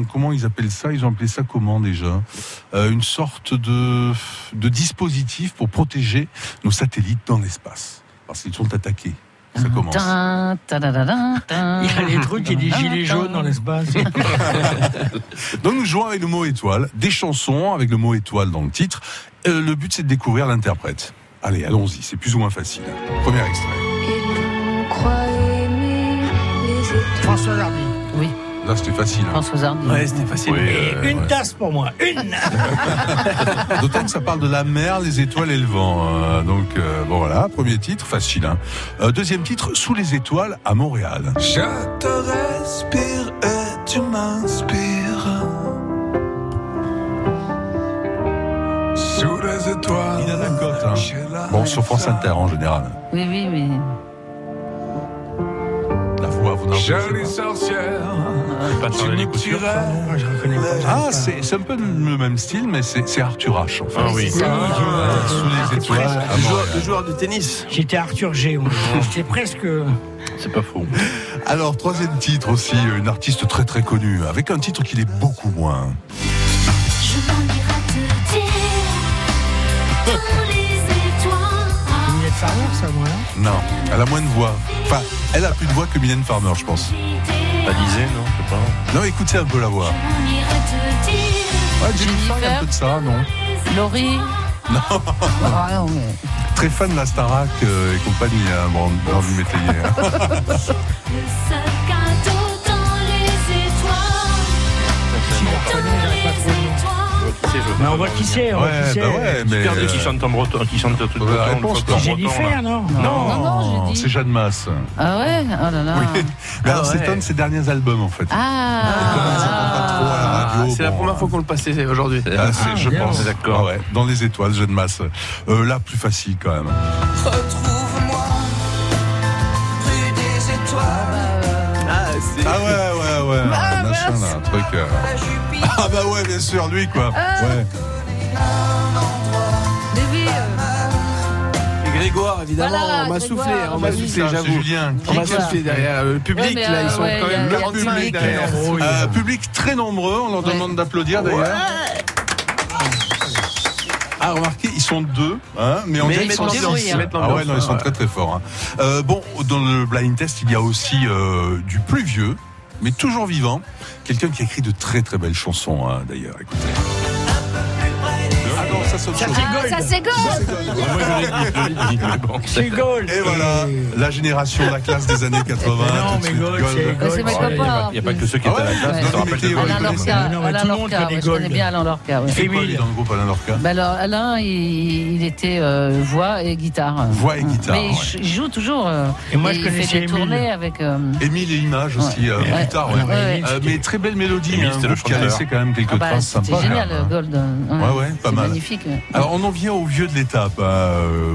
euh, comment ils appellent ça Ils ont appelé ça comment déjà Euh, Une sorte de de dispositif pour protéger nos satellites dans l'espace parce qu'ils sont attaqués. Ah. Ça commence. [LAUGHS] Tin, tadadadin, tin. Ah, Il y a les trucs et des gilets jaunes dans l'espace. Donc nous jouons avec le mot étoile, des chansons avec le mot étoile dans le titre. Euh, le but c'est de découvrir l'interprète. Allez, allons-y, c'est plus ou moins facile. Premier extrait. François Hardy. Oui, Là c'était facile. hein. François Hardy. Ouais, c'était facile. Oui, Et euh, une tasse pour moi. Une D'autant que ça parle de la mer, les étoiles et le vent. Euh, donc euh, bon voilà, premier titre, facile. hein. Euh, deuxième titre, Sous les étoiles à Montréal. Je te respire et tu m'inspires. Sous les étoiles. Il a la cote, hein. Bon, sur France Inter en général. Oui, oui, mais La voix, vous n'en Jolie connaissez sorcière, Pas de tu parler des me coutures. dirais. Moi, je reconnais pas. pas. Ah, c'est c'est un peu le même style, mais c'est c'est Arthur H. En fait. Ah oui. c'est ça. Ah. Euh, Sous les étoiles Ah, Oh. à Le joueur, le Montréal. joueur de tennis. Ah, J'étais Arthur G. moi. J'étais presque. Ah C'est pas faux. Alors, troisième titre aussi, une artiste très très connue, avec un titre qu'il est beaucoup moins. Je m'en irai te dire tous les étoiles. Il est de Farmer, ça, moi. hein Non, elle a moins de voix. Enfin, elle a plus de voix que Mylène Farmer, je pense. Alizé, non Je sais pas. Non, écoutez un peu la [LAUGHS] voix. On irait te dire Ouais, Jennifer, il y a un Jennifer. peu de ça, non Laurie. Non. Ah, non, mais- Très fan de la Starac euh, et compagnie, hein, Brand- Brandy Métayer. le seul cadeau dans les étoiles. J'arrive pas à trouver le nom. Mais on voit qui c'est, on voit qui Ouais, c'est. bah ouais, mais. Super de qui euh, chante en breton, qui chante tout le la breton, le réponse, folk quoi. en breton, là. Jennifer, non Non, [LAUGHS] non, non, j'ai Oh, c'est dit. Jeanne Masse. Ah ouais Oh là là. Oui. Mais alors, Ah c'est ouais. un de ses derniers albums, en fait. Ah, Ah, Ah, c'est la bon, première hein. fois qu'on le passait aujourd'hui. Ah, c'est, je bien. pense, D'accord. Ah ouais, dans les étoiles, Jeanne Masse. Euh, là, plus facile quand même. Retrouve-moi rue des étoiles. Ah, c'est. Ah, Ah ouais, ouais, ouais. un machin, là, un truc. euh. La Jupiter, Ah. Ah bah ouais, bien sûr, lui, quoi. Ouais. un endroit Mais oui. Grégoire, évidemment, Voilà, on m'a Grégoire, soufflé, on m'a oui. soufflé, Ça, c'est j'avoue. Julien. On m'a Qui- soufflé derrière. Le public, Ouais, mais, là, ils sont euh, ouais, quand il y a même 45 45 derrière. Euh, public très nombreux, on leur demande d'applaudir d'ailleurs. Ah, remarquez, ils sont deux, hein, mais on Mais dirait ils qu'ils sont mettent l'ambiance, six. ils mettent Ah ouais, l'ambiance, non, ils sont ouais. très très forts. hein. Euh, bon, dans le blind test, il y a aussi euh, du plus vieux, mais toujours vivant. Quelqu'un qui a écrit de très très belles chansons, hein, d'ailleurs. Écoutez. Ah non, ça sonne Ah, ça c'est gold C'est Gold. Et voilà, la génération, la classe des années 80. Non, mais Gold, c'est Gold. C'est mes copains. Il n'y a pas que ceux qui étaient à la classe. Ah Non, mais qui- Alain Lorca, Non, mais Alain tout le monde Lorca, fait ouais, je des connais golds. bien Alain Lorca. ouais. Il fait quoi, lui, dans le groupe Alain Lorca Bah alors, Alain, il, il était euh, voix et guitare. Voix et guitare, Mais il ouais. ch- il joue toujours. euh, Et moi, je il fait connaissais des Émile. tournées avec. euh, Émile et Images aussi, euh, Ouais. plus tard. ouais. Ouais, ouais. Euh, mais très belle mélodie, Émile, hein, un c'était le groupe qui a chanteur. laissé quand même quelques ah bah, traces C'était sympas. génial, quand même. Gold. euh, Ouais, ouais, pas c'est mal. Magnifique. Alors on en vient au vieux de l'étape. euh,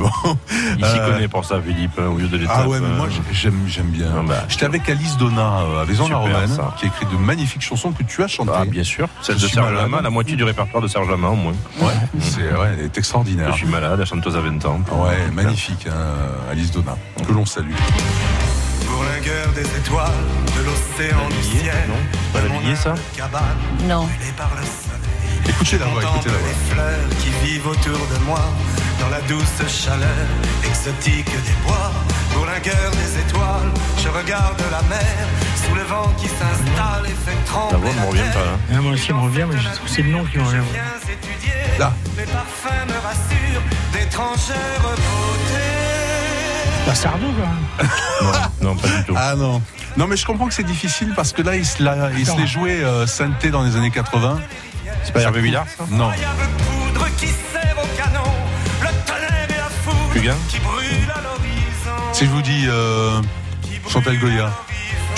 Il s'y euh, connaît pour ça, Philippe, hein, au lieu de l'étape. Ah ouais, mais euh, moi j'ai- j'aime j'aime bien. Ah bah. J'étais avec Alice Donna euh, à Super, Maison-la-Romaine, ça. qui a écrit de magnifiques chansons que tu as chantées. Ah, bien sûr. Celle Je de suis Serge malade. Lama, la moitié du répertoire de Serge Lama, au moins. Ouais, c'est ouais, elle est Je extraordinaire. suis malade, la chanteuse à 20 ans. Ouais, magnifique, hein, Alice Donna, que l'on salue. Pour la guerre des étoiles, de l'océan du ciel. Non Pas la Villiers, ça Cabane, Non. brûlée par le soleil. Écoutez la voix, écoutez Contemple la voix. les fleurs qui vivent autour de moi Dans la douce chaleur exotique des bois Pour la guerre des étoiles, je regarde la mer Sous le vent qui s'installe et fait La trembler voix ne me la revient pas, terre là. hein. Ah, moi aussi, il me revient, mais je trouve que c'est le nom qui me revient. Viens étudier, Là. les parfums me rassurent D'étrangères beautés Pas Sardou, Bah, quoi. [LAUGHS] Non, pas du tout. Ah non. Non mais je comprends que c'est difficile parce que là il se l'a- il se l'est joué euh, synthé dans les années 80. C'est pas Hervé Villard, ça Non. Incroyable poudre qui sert au canon Le tonnerre et la foudre Fugain qui brûle à l'horizon Si je vous dis euh, Chantal Goya. Ah,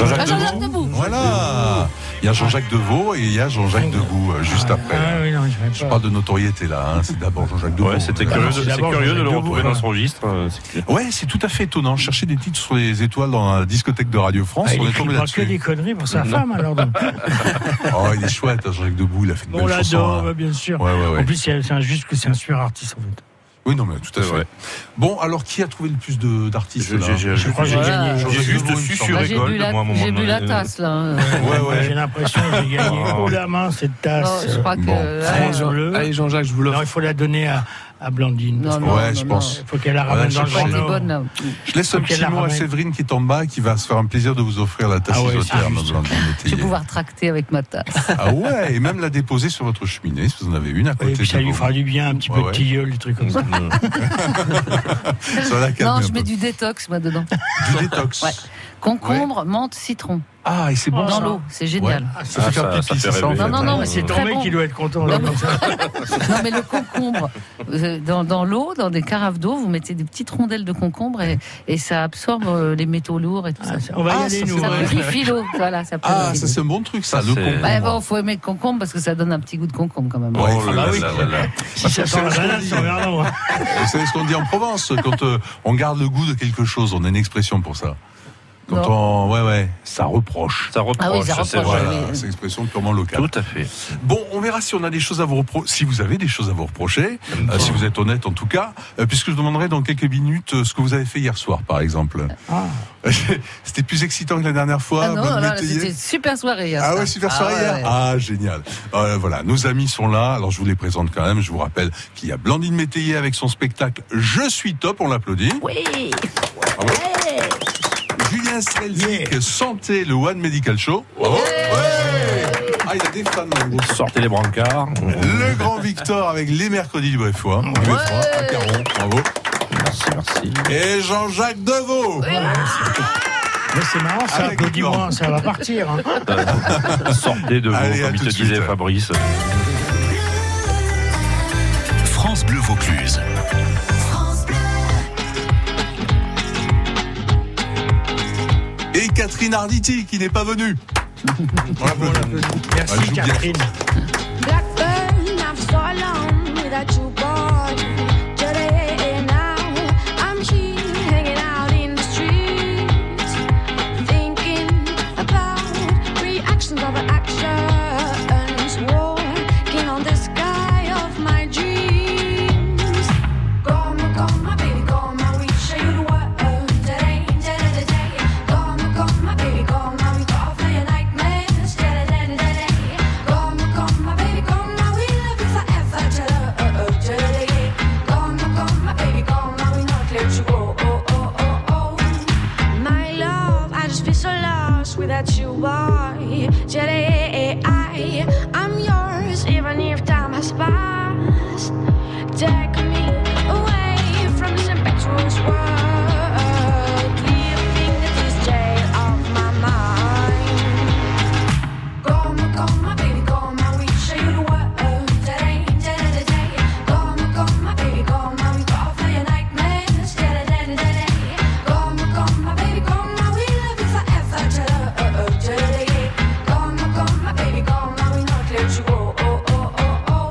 Jean-Jacques Jean-Jacques Debout. Voilà. Il y a Jean-Jacques Devaux et il y a Jean-Jacques Debout euh, juste après. Ah oui, non, je Je vais pas. parle de notoriété là, hein. c'est d'abord Jean-Jacques Devaux. Ouais, c'était Euh, curieux, de- c'est c'est d'abord curieux de le Jean-Jacques retrouver Debout, dans voilà. ce registre. euh, c'est clair. Ouais, c'est tout à fait étonnant. Je cherchais des titres sur les étoiles dans la discothèque de Radio France. Ah, il on est écrit tombé pas que des là-dessus. conneries pour sa femme, alors. [LAUGHS] donc. Oh, il est chouette, hein, Jean-Jacques Debout. Il a fait de On belles chansons. l'adore, bah, hein. bien sûr. Ouais, ouais, ouais. En plus, c'est c'est un juste que c'est un super artiste, en fait. Oui, non, mais tout à C'est fait. vrai. Bon, alors qui a trouvé le plus de- d'artistes Je- là j'ai- j'ai- Je crois que j'ai j'ai- gagné. euh, Voilà. J'ai juste Debout, il me semble. Ah, susurré J'ai bu Gold, la- moi, à un moment j'ai bu donné. la tasse, là. [LAUGHS] euh. Ouais, ouais. J'ai l'impression que j'ai gagné Oh. haut la main cette tasse. Non, je crois que. Bon. euh, Allez, Ouais. Jean- Bleu. allez, Jean-Jacques, je vous Non, l'offre. il faut la donner à, à Blandine. Non, non, Ouais, non, je non. pense. Il faut qu'elle la Voilà, ramène dans le je sais Pas été Non. journal. bonne, là. Je laisse un Faut qu'elle petit la mot à ramène. Séverine qui est en bas, qui va se faire un plaisir de vous offrir la tasse Ah ouais, isotière, c'est madame juste. Blandine Je vais Métayer. pouvoir tracter avec ma tasse. Ah ouais, et même la déposer sur votre cheminée, si vous en avez une à Et côté. puis ça de lui vous. fera du bien, un petit Ouais, peu ouais. de tilleul, des trucs comme ça. [LAUGHS] Ça la calme Non, Ah, un je mets peu. du détox, moi, dedans. Du détox. Ouais. Concombre, menthe, citron. Ah, et c'est bon ça. Dans l'eau, c'est génial. Ouais. Ah, Ça fait faire ça- pipi, ça c'est fait ça en rêver. fait. Non, non, non, mais c'est C'est ton très mec bon. qui doit être content. Non là. mais, [LAUGHS] non, mais le concombre, euh, dans, dans l'eau, dans des carafes d'eau, vous mettez des petites rondelles de concombre et, et ça absorbe euh, les métaux lourds et tout ça. Ah, ça- On va y Ah, aller, ça, nous. c'est Ça vrai. hein. purifie l'eau. Voilà, ça Ah, purifie ça l'eau. c'est un bon truc, ça, Ça, le c'est- concombre. Ouais, bon, faut aimer le concombre parce que ça donne un petit goût de concombre quand même. Ouais, Oh faut là là le laisser. là là là. Si ça sent la banane, c'est emmerdant, hein. [LAUGHS] Vous savez ce qu'on dit en Provence quand euh, on garde le goût de quelque chose, on a une expression pour ça. Quand on, ouais, ouais, ça reproche. Ça Ah oui, reproche, ça c'est reproche, vrai. oui. Voilà, c'est une expression purement locale. Tout à fait. Bon, on verra si on a des choses à vous reprocher, si vous avez des choses à vous reprocher, euh, si vous êtes honnête en tout cas, euh, puisque je demanderai dans quelques minutes euh, ce que vous avez fait hier soir, par exemple. Ah. [LAUGHS] C'était plus excitant que la dernière fois. Ah non, Bob là, là, Métayer. c'était une super soirée hier. Ah ça. ouais, super soirée Ah hier. ouais. Ah, génial. Euh, voilà, nos amis sont là. Alors, je vous les présente quand même. Je vous rappelle qu'il y a Blandine Métayer avec son spectacle Je suis top. On l'applaudit. Oui, Bravo. Julien Strelzik, Santé, le One Medical Show. Bravo. Ouais. Ah, il y a des fans dans le groupe. Sortez les brancards. Le grand Victor avec les mercredis du Bréfois. Du Bréfois, à Caron. Bravo. Merci, merci. Et Jean-Jacques Deveau. Mais c'est marrant, ça Avec applaudit Igor. moins, ça va partir. hein. Sortez de vous, Allez, à comme il tout te de suite. disait Fabrice. France Bleu Vaucluse. Et Catherine Arditi qui n'est [LAUGHS] pas venue. On l'applaudit. Merci, Elle joue bien. Catherine. Blackburn, I'm so alone without you, boy. Today and now, I'm here hanging out in the streets, thinking about reactions over actions, walking on the sky of my dreams. Call my, call my baby, call my weed. Oh, Today I am yours, even if time has passed. Take me away from this impetuous world, living in this jail of my mind. Come, come, my baby, come, I will show you the world. Today, today, today. Come, come, my baby, come, I will go for your nightmares. Today, today, today. Come, come, my baby, come, I will love you forever. Today, today. Come, come, my baby, come, I will not let you go. Oh, oh, oh, oh.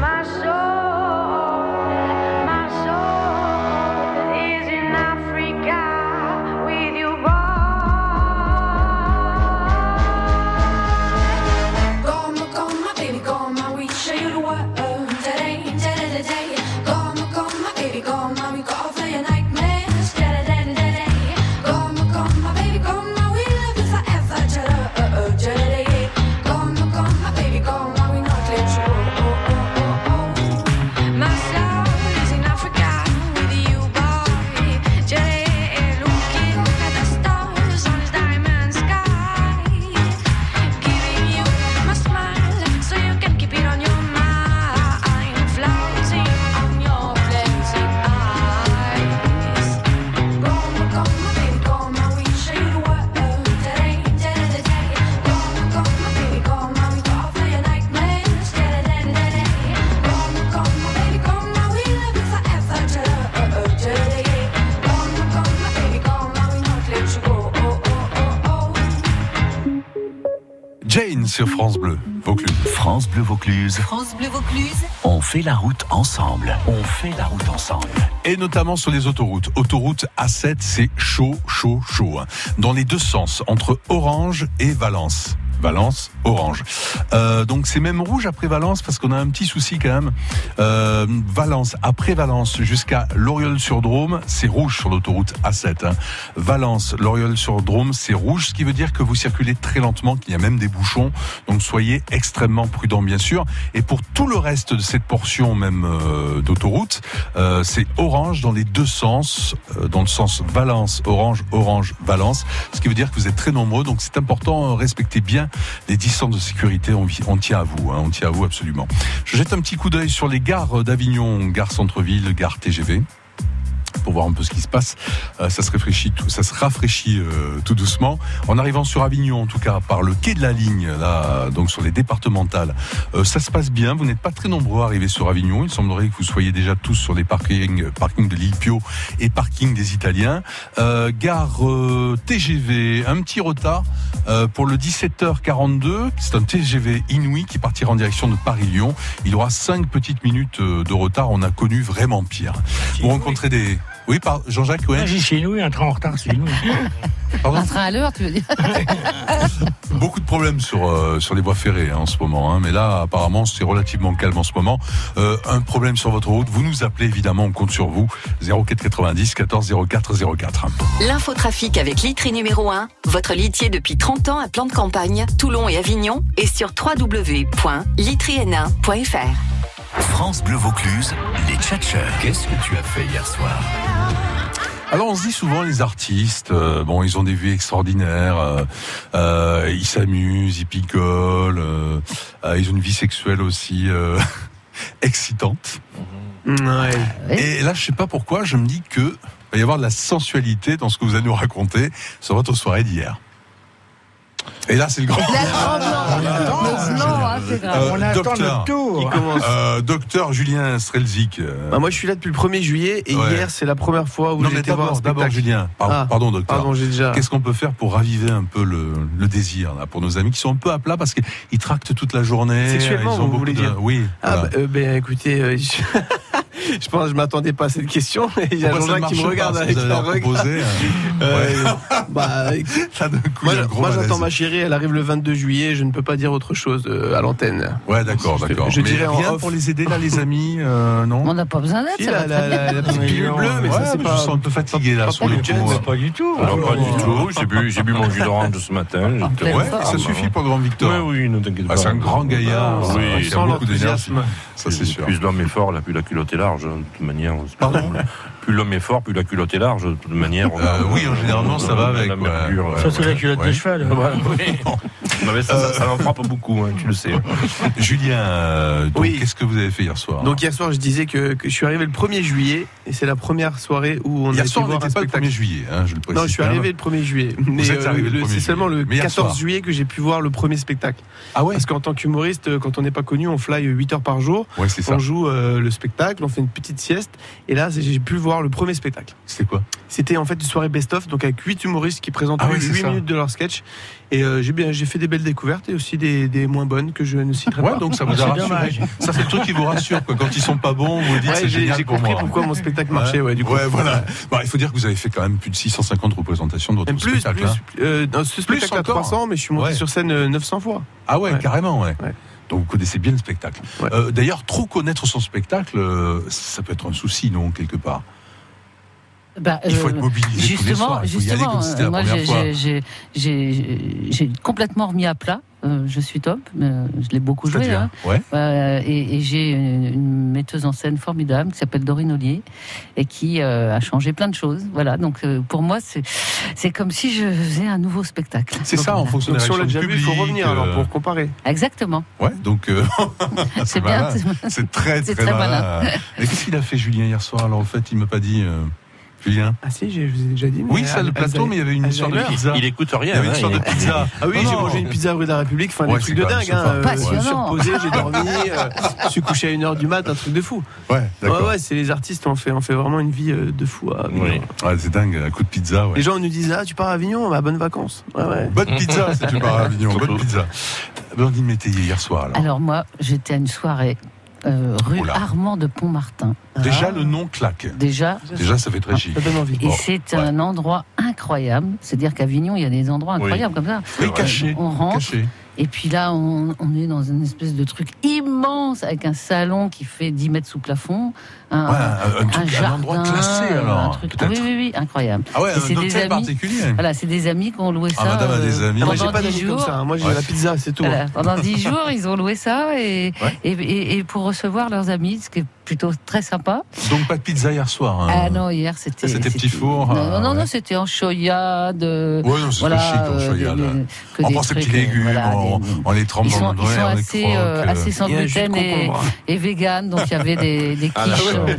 My soul, my soul is in Africa with you, boy. Come, come, my baby, come, I will show you the world. Today, today, today. Come, come, my baby, come, I will go for your nightmares. Today, today, today. Come, come, my baby, come, I will love you forever. Today, today, today. Come, come, my baby, come, I will not let you go. My soul is in Africa with you, boy. Today, looking at the stars on this diamond sky. Giving you my smile so you can keep it on your mind. Floating on your blazing eyes. Come, come, my baby, come, I will show you the world. Today, today, today. Come, come, my baby, come, I will go for your nightmares. Today, today, today. Come, come, my baby, come, I will love you forever. Today, come, come, my baby, come, I will not let you go. Oh, oh, oh, oh. Jane sur France Bleu, Vaucluse. France Bleu Vaucluse. France Bleu Vaucluse. On fait la route ensemble. On fait la route ensemble. Et notamment sur les autoroutes. Autoroute A7, c'est chaud, chaud, chaud. hein. Dans les deux sens, entre Orange et Valence. Valence, Orange. Euh, donc c'est même rouge après Valence parce qu'on a un petit souci quand même. Euh, Valence, après Valence jusqu'à Loriol-sur-Drôme, c'est rouge sur l'autoroute A7. hein. Valence, Loriol-sur-Drôme, c'est rouge, ce qui veut dire que vous circulez très lentement, qu'il y a même des bouchons. Donc soyez extrêmement prudents bien sûr. Et pour tout le reste de cette portion même euh, d'autoroute, euh, c'est orange dans les deux sens, euh, dans le sens Valence, orange, orange, Valence, ce qui veut dire que vous êtes très nombreux. Donc c'est important, euh, respectez bien les distances de sécurité. On, vit- on tient à vous, hein, on tient à vous absolument. Je jette un petit coup d'œil sur les gares d'Avignon, gare centre-ville, gare TGV pour voir un peu ce qui se passe. Euh, ça se rafraîchit, tout, ça se rafraîchit euh, tout doucement. En arrivant sur Avignon, en tout cas par le quai de la ligne, là, donc sur les départementales, euh, ça se passe bien. Vous n'êtes pas très nombreux à arriver sur Avignon. Il semblerait que vous soyez déjà tous sur les parkings, euh, parkings de l'île Pio et parking des Italiens. Euh, gare euh, TGV, un petit retard euh, pour le 17h42. C'est un TGV Inouï qui partira en direction de Paris-Lyon. Il aura 5 petites minutes euh, de retard. On a connu vraiment pire. Vous rencontrez des... Oui, par Jean-Jacques, ouais. Ah, j'ai chez nous, un train en retard, c'est chez nous. Pardon Un train à l'heure, tu veux dire Beaucoup de problèmes sur euh, sur les voies ferrées hein, en ce moment, hein. mais là apparemment c'est relativement calme en ce moment. Euh, un problème sur votre route, vous nous appelez évidemment, on compte sur vous. 04 90 14 04 04. L'infotrafic avec Litry numéro 1, votre litier depuis 30 ans à plan de campagne, Toulon et Avignon, et sur www.litrien1.fr. France Bleu Vaucluse, les tchatcheurs. Qu'est-ce que tu as fait hier soir Alors on se dit souvent les artistes, euh, bon ils ont des vies extraordinaires, euh, euh, ils s'amusent, ils picolent, euh, euh, ils ont une vie sexuelle aussi euh, [LAUGHS] excitante. Euh, Et là je sais pas pourquoi, je me dis que il va y avoir de la sensualité dans ce que vous allez nous raconter sur votre soirée d'hier. Et là c'est le grand. hein, [LAUGHS] Euh, docteur, Il commence. euh, docteur Julien Strelzik. euh, Bah, moi, je suis là depuis le 1er juillet et Ouais. hier, c'est la première fois où non, j'ai mais été voir un d'abord, d'abord, spectacle. Julien. Pardon, Ah, pardon, docteur. Pardon, j'ai déjà. Qu'est-ce qu'on peut faire pour raviver un peu le, le désir là, pour nos amis qui sont un peu à plat parce qu'ils tractent toute la journée Sexuellement, ils ont vous beaucoup voulez de- dire Oui. Ah, voilà. bah, euh, ben, écoutez, euh, je... [LAUGHS] je pense que je m'attendais pas à cette question. et Il y a Pourquoi ça ne Jean-Jacques qui me marche pas, regarde ce que avec vous avez un regard. proposé, hein [LAUGHS] Euh, [LAUGHS] bah, il moi, y a un je- gros moi, malaise. j'attends ma chérie, elle arrive le 22 juillet, je ne peux pas dire autre chose euh, à l'antenne. Ouais, d'accord, d'accord. Je Mais dirais en rien off. pour les aider là, les [LAUGHS] amis, euh, non On n'a pas besoin d'aide, Si, la- ça va la- très bien. la- la petite pilule bleue, mais ça, Ouais, c'est mais pas- Je me sens un peu fatigué là sur le coup. Mais pas du tout. Alors, pas du tout. J'ai bu, j'ai bu mon jus d'orange ce matin. Ah, J'étais- Ouais, ça suffit pour le grand Victor. Ouais, Ah, oui, ne t'inquiète Ah, pas. Ah, c'est un grand gaillard. Oui, euh, qui a sans beaucoup d'énergie. l'enthousiasme. Ça, c'est sûr. Plus l'homme est fort, là, plus la culotte est large. De toute manière, c'est pas Pardon drôle. plus l'homme est fort, plus la culotte est large. De toute manière, on a- Euh, oui, généralement, ça va on a avec, la ouais. mercure, Ça, c'est ouais. la culotte Ouais. de cheval. Voilà, oui. Non, mais ça, ça, ça en frappe beaucoup, hein, tu le sais. Euh, Julien, euh, donc, qu'est-ce que vous avez fait hier soir hein. Donc hier soir, je disais que, que je suis arrivé le 1er juillet et c'est la première soirée où on Hier a soir, on été voir n'était pas un le spectacle. 1er juillet, hein, je le précise Non, je suis quand même. arrivé le 1er juillet. Mais Vous êtes euh, arrivé le le- 1er c'est seulement le juillet. Mais hier 14 soir. juillet que j'ai pu voir le premier spectacle. Ah ouais Parce qu'en tant qu'humoriste, euh, quand on n'est pas connu, on fly 8 heures par jour. Ouais, c'est ça. On joue euh, le spectacle, on fait une petite sieste. Et là, c'est- j'ai pu voir le premier spectacle. C'était quoi C'était en fait une soirée best-of, donc avec 8 humoristes qui présentent Ah ouais, c'est 8 ça. minutes de leur sketch. Et euh, j'ai bien, j'ai fait des belles découvertes et aussi des, des moins bonnes que je ne citerai Ouais, pas. Ah, donc ça vous a rassuré. Ça, c'est le truc qui vous rassure. quoi. Quand ils sont pas bons, vous dites Ouais, c'est j'ai- génial j'ai pour compris moi. pourquoi mon spectacle marchait, ouais, du coup. Ouais, voilà. Bon, il faut dire que vous avez fait quand même plus de 650 représentations de votre Même plus, spectacle. plus, hein. euh, dans ce Plus spectacle à encore. 300, mais je suis monté Ouais. sur scène euh, 900 fois. Ah ouais, carrément, ouais. Donc vous connaissez bien le spectacle. Euh, D'ailleurs, trop connaître son spectacle, euh, ça peut être un souci, non, quelque part. Bah, Il faut être mobilisé tous les Justement, soirs, il faut y aller justement, comme si c'était la euh, moi première j'ai- fois. j'ai- j'ai- j'ai j'ai complètement remis à plat. euh, je suis top, euh, je l'ai beaucoup joué. C'est-à-dire hein. Ouais. Euh, et et j'ai une, une metteuse en scène formidable qui s'appelle Dorine Ollier et qui euh, a changé plein de choses. Voilà, donc euh, pour moi c'est c'est comme si je faisais un nouveau spectacle. C'est Donc, ça, en voilà. fonction de Donc, la si on l'a réaction déjà vu, du il faut public, revenir, alors, euh, pour comparer. Exactement. Ouais, donc euh, [LAUGHS] C'est malin. bien, c'est- C'est très c'est très, très malin. malin. Et qu'est-ce qu'il a fait Julien hier soir Alors en fait, il m'a pas dit euh, Julien. Ah si, je vous ai déjà dit. mais Oui, ça le Alzheimer- plateau, mais il y avait une histoire de Alzheimer. pizza. Il y avait une histoire de pizza. Ah oui, Non, j'ai non. mangé une pizza rue de la République, enfin Ouais, des trucs c'est de quand même dingue. hein, sympa. euh, je me suis Passionnant. reposé, j'ai dormi, euh, je suis couché à 1h du mat, un truc de fou. Ouais, d'accord. Ouais, ouais, c'est les artistes, on fait, on fait vraiment une vie euh, de fou. à Avignon. Ouais, c'est dingue, un coup de pizza. Ouais. Les gens nous disent Ah, tu pars à Avignon, bah, bonnes vacances. Ouais, ouais. Bonne pizza, si tu pars à Avignon, bonne pizza. Blandine Métayer hier soir. Alors. Alors moi j'étais à une soirée euh, rue Oula. Armand de Pont-Martin. Déjà le nom claque. Ah. Déjà. Ah, Déjà ça fait très chic. Et c'est un endroit incroyable. C'est-à-dire qu'Avignon, il y a des endroits Oui. incroyables comme ça. Oui, caché, On rentre. caché. Et puis là, on, on est dans une espèce de truc immense avec un salon qui fait 10 mètres sous plafond. Un, Ouais, un- un truc- un jardin, endroit classé, alors, un truc- peut-être. oui, oui, oui, incroyable. Ah ouais, Et un c'est des hôtel amis- particulier. Voilà, c'est des amis qui ont loué Ah, ça. euh, madame a des amis. Ah, moi, j'ai pendant pas 10 d'amis comme jours. ça, hein. Moi, j'ai Ouais. la pizza, c'est tout, Voilà, hein. pendant [LAUGHS] 10 jours, ils ont loué ça et, Ouais. et, et- et pour recevoir leurs amis, ce qui est plutôt très sympa. Donc pas de pizza hier soir. hein. Ah non, hier, Ça, c'était. C'était petit four. Non, euh, non, non, ouais. c'était en choyade. euh, Ouais, non, c'est voilà, pas chic, en euh, choyade. des- des- que on des prend ses trucs, petits euh, légumes, voilà, on, des- on les trempe Ils dans sont, ils l'endroit, sont on les assez, croque. euh, euh. assez sans Il y a un jus de gluten et, hein. concombre. et vegan, donc il y avait des, des quiches, Ah, là, ouais. euh,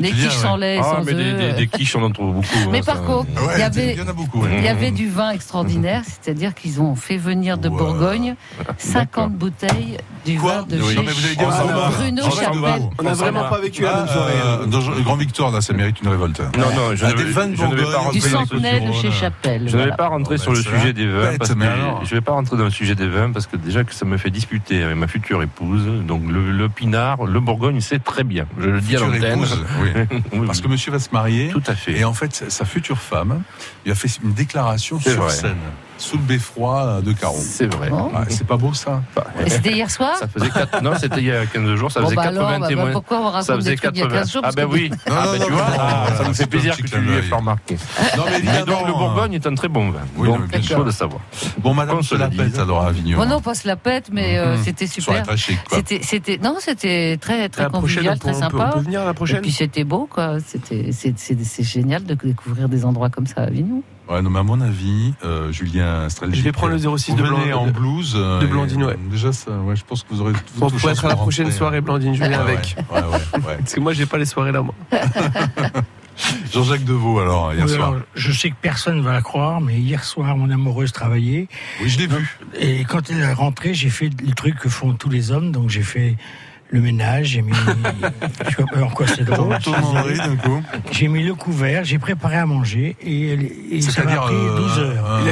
des Julien, quiches sans ouais. lait, Ah, sans mais des, des, œufs. des quiches, on en trouve beaucoup. Mais hein, par ça. contre, il y avait, ouais. il y avait du vin extraordinaire, c'est-à-dire qu'ils ont fait venir de Bourgogne 50 bouteilles du vin de Oui. chez Non, mais vous avez dit, hein. on Bruno s'en va. Bruno Chapelle. On n'a vraiment pas vécu la même soirée, Euh, dans Grand Victoire, là, ça mérite une révolte. Non, non, je Ah, ne des vais- vannes je ne vais pas Bourgogne, rentrer Du dans ce centenaire de sujet. chez Chapelle. Je ne vais voilà. pas rentrer sur le c'est sujet des vins bête, parce que mais alors. je vais pas rentrer dans le sujet des vins parce que déjà que ça me fait disputer avec ma future épouse. Donc le, le pinard, le Bourgogne, c'est très bien. Je le dis à Future l'antenne. [LAUGHS] épouse, oui. Parce que monsieur va se marier. Tout à fait. Et en fait, sa, sa future femme lui a fait une déclaration C'est sur vrai. scène, sous le beffroi de Caron. C'est vrai. Ouais, c'est pas beau ça Et Ah. C'était hier soir Ça faisait quatre- Non, c'était il y a 15 jours, ça Bon, faisait bah 80 alors, bah, bah, témoins. pourquoi on raconte ça faisait des trucs il y a 15 jours, Ah parce ben que- oui, Non, ah, non, ben, non, tu vois, non, ah, non, ça me c'est fait un plaisir petit que tu clin lui aies d'œil. fait remarquer. Non, mais Mais donc évidemment, le hein. Bourgogne est un très bon vin. Oui, non, mais Donc bien quelque sûr. chose à savoir. Bon, madame se la pète alors à Avignon. Bon, Oh non, pas se la pète, mais euh, Mhm. c'était Soirée super. très chic, quoi. C'était, c'était, non, c'était très, très La prochaine, convivial, on peut- très on peut- sympa. on peut venir la prochaine Et puis c'était beau, quoi. C'était, c'est, c'est, c'est génial de découvrir des endroits comme ça à Avignon. [LAUGHS] Ouais, non, mais à mon avis, euh, Julien euh, Strelgic. Je vais prendre le 06 vous de venez Blan- en de- blouse. euh, de Blandine, et, ouais. Déjà, ça, ouais, je pense que vous aurez tout Pour, tout pour chance être à la de prochaine rentrer. soirée, Blandine, je Ouais, viens ouais, avec. ouais, ouais, ouais. Parce que moi, j'ai pas les soirées là, moi. Jean-Jacques Deveau, alors, Ah, hier Oui, soir. alors, je sais que personne ne va la croire, mais hier soir, mon amoureuse travaillait. Oui, je l'ai vu. Et quand elle est rentrée, j'ai fait le truc que font tous les hommes, donc j'ai fait le ménage, [LAUGHS] j'ai mis. Je vois pas en quoi c'est drôle. Tout le monde en rit d'un coup. J'ai mis le couvert, j'ai préparé à manger et, elle- et ça m'a C'est-à-dire, pris euh, 12 heures. un- [LAUGHS]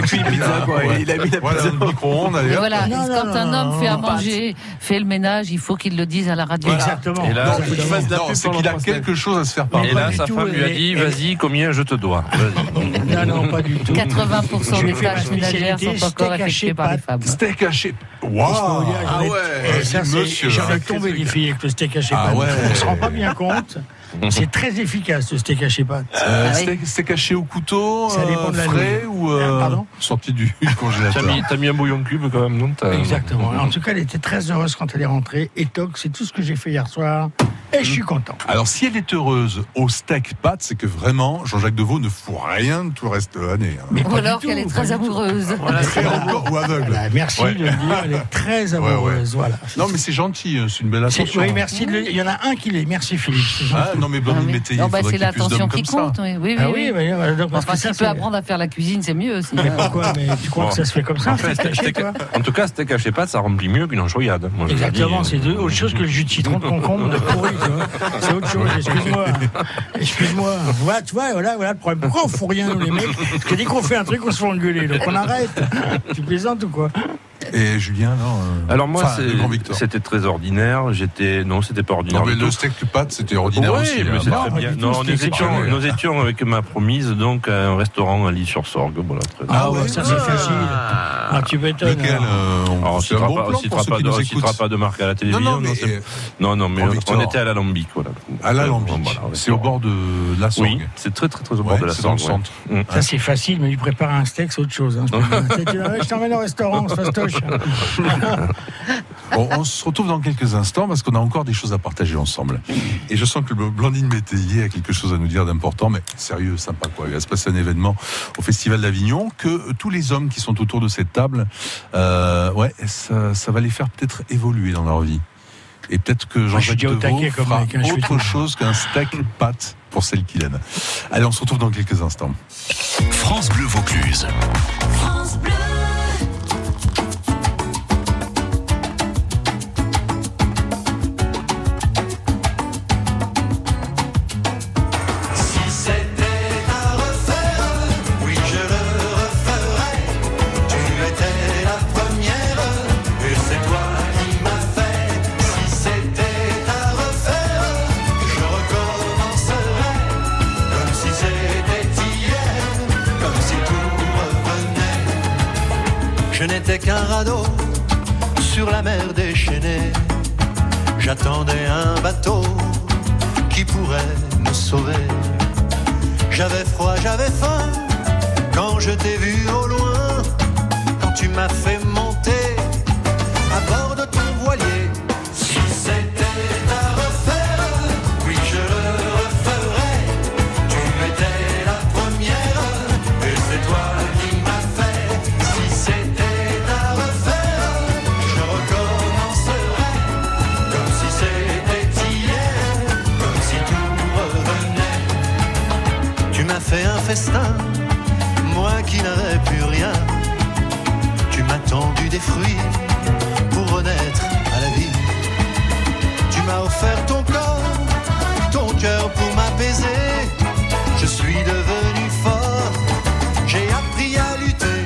Ah, ouais. Voilà, le micro-ondes, allez, Et hop. voilà, Non, et non, quand non, un non, homme fait à non, pas. manger, fait le ménage, il faut qu'il le dise à la radio. Voilà. Exactement. Et là, Non, faut qu'il fasse de la pub c'est pendant qu'il a trois quelque semaines. chose à se faire Mais pardonner. Et pas là, du sa tout, femme lui a et- dit et- Vas-y, combien je te dois Vas-y. Non, non, pas du tout. 80% des J'ai fait ma tâches ménagères spécialité, sont encore steak haché, effectuées par les pâtes. femmes. Steak haché. Et je peux Waouh vous dire, j'en ai- et ça, c'est- J'en ai tombé des filles avec le steak haché Ah pâte. ouais. On se rend pas [LAUGHS] bien compte. C'est très efficace, le steak haché pâte. Euh, Ah steak- steak haché au couteau, euh, Ça dépend de la frais nouille. ou euh, Pardon sorti du [LAUGHS] du T'as congélateur. mis, t'as mis un bouillon cube quand même, non T'as- Exactement. En tout cas, elle était très heureuse quand elle est rentrée. Et toc, c'est tout ce que j'ai fait hier soir. Et Et je suis content. Alors, si elle est heureuse au steak pâte, c'est que vraiment, Jean-Jacques Deveau ne fout rien de tout le reste de l'année. hein. Ou alors qu'elle est très amoureuse. Et encore, ou aveugle. Bah, merci Ouais. de le dire, elle est très Ouais, ouais. amoureuse. Voilà. Non, mais c'est gentil, hein, c'est une belle C'est- attention. Oui, merci. de le- Il y en a un qui l'est. Merci, Philippe. c'est gentil. Ah, non, mais Blandine Ah oui. Métayer, Non, il bah, faudrait c'est qu'il y ait plus l'attention d'hommes qui comme ça. compte. Oui, oui, Ah oui. oui, oui. mais, euh, donc, parce Enfin, que ça, s'il c'est- peut apprendre à faire la cuisine, c'est mieux euh. aussi. Mais pourquoi Mais tu crois que ça se fait comme ça En, fait, steak haché, steak- toi en tout cas, steak haché pâte, ça remplit mieux qu'une enchoyade. Moi, je le dis. Exactement, euh, c'est deux- autre chose que le jus de citron de concombre de pourri, tu vois. C'est autre chose, excuse-moi. Excuse-moi. Voilà, tu vois, voilà, voilà le problème. Pourquoi on fout rien, nous, les mecs Parce que dès qu'on fait un truc, on se fait engueuler, donc on arrête. Tu plaisantes ou quoi Ah Et Julien, non euh, Alors moi, enfin, c'est- le grand Victor. c'était très ordinaire. J'étais non, c'était pas ordinaire. Non, mais du le tout. steak pâte, c'était ordinaire Ouais, aussi. mais hein, c'est bah, très pas bien. du tout, Non, c'était nous étions, exceptionnel. nous étions avec ma promise donc à un restaurant à Lille-sur-Sorgue. Voilà, très bien. Ah ouais, ça c'est facile. Ah, tu m'étonnes. Lequel alors. euh, on- Alors, on C'est un citera bon pas, on plan citera pour ceux pas qui de, on nous citera écoutent. pas de marque à la Non, télévision. non, mais c'est- euh, non, non, mais Grand on- Victor. on était à l'Alambic. Voilà. à l'Alambic, Voilà, on c'est au était- bord de la Sorgue. Oui, c'est très très très au bord Ouais, de la c'est dans le Sorgue. ouais. centre. Mm. Ça c'est facile, mais il prépare un steak, c'est autre [LAUGHS] chose. hein. [LAUGHS] Tu dis, Ouais, Je t'emmène au restaurant, on se fastoche. Bon, on se retrouve dans quelques instants parce qu'on a encore des choses à partager ensemble. Et je sens que le Blandine Métayer a quelque chose à nous dire d'important, mais sérieux, sympa quoi. Il va se passer un événement au Festival d'Avignon que euh, tous les hommes qui sont autour de cette table, euh, ouais, ça, ça va les faire peut-être évoluer dans leur vie. Et peut-être que je suis Jean-Jacques déjà au Devaux taquet comme fera mec, hein, je fais autre tout. chose qu'un steak pâte pour celle qu'il aime. Allez, on se retrouve dans quelques instants. France Bleu Vaucluse. Si c'était à refaire, oui je le referais. Tu étais la première, et c'est toi qui m'as fait. Si c'était à refaire, je recommencerais. Comme si c'était hier, comme si tout revenait. Je n'étais qu'un radeau sur la mer déchaînée. J'attendais un bateau qui pourrait me sauver. J'avais froid, j'avais faim quand je t'ai vu au loin, quand tu m'as fait monter à bord de ton voilier. Si c'était à refaire, oui je le referais. Tu étais la première et c'est toi qui m'as fait. Si c'était à refaire, je recommencerais. Comme si c'était hier, comme si tout revenait. Tu m'as fait un festin, moi qui n'avais plus rien. Tu m'as tendu des fruits pour renaître à la vie. Tu m'as offert ton corps, ton cœur pour m'apaiser. Je suis devenu fort, j'ai appris à lutter.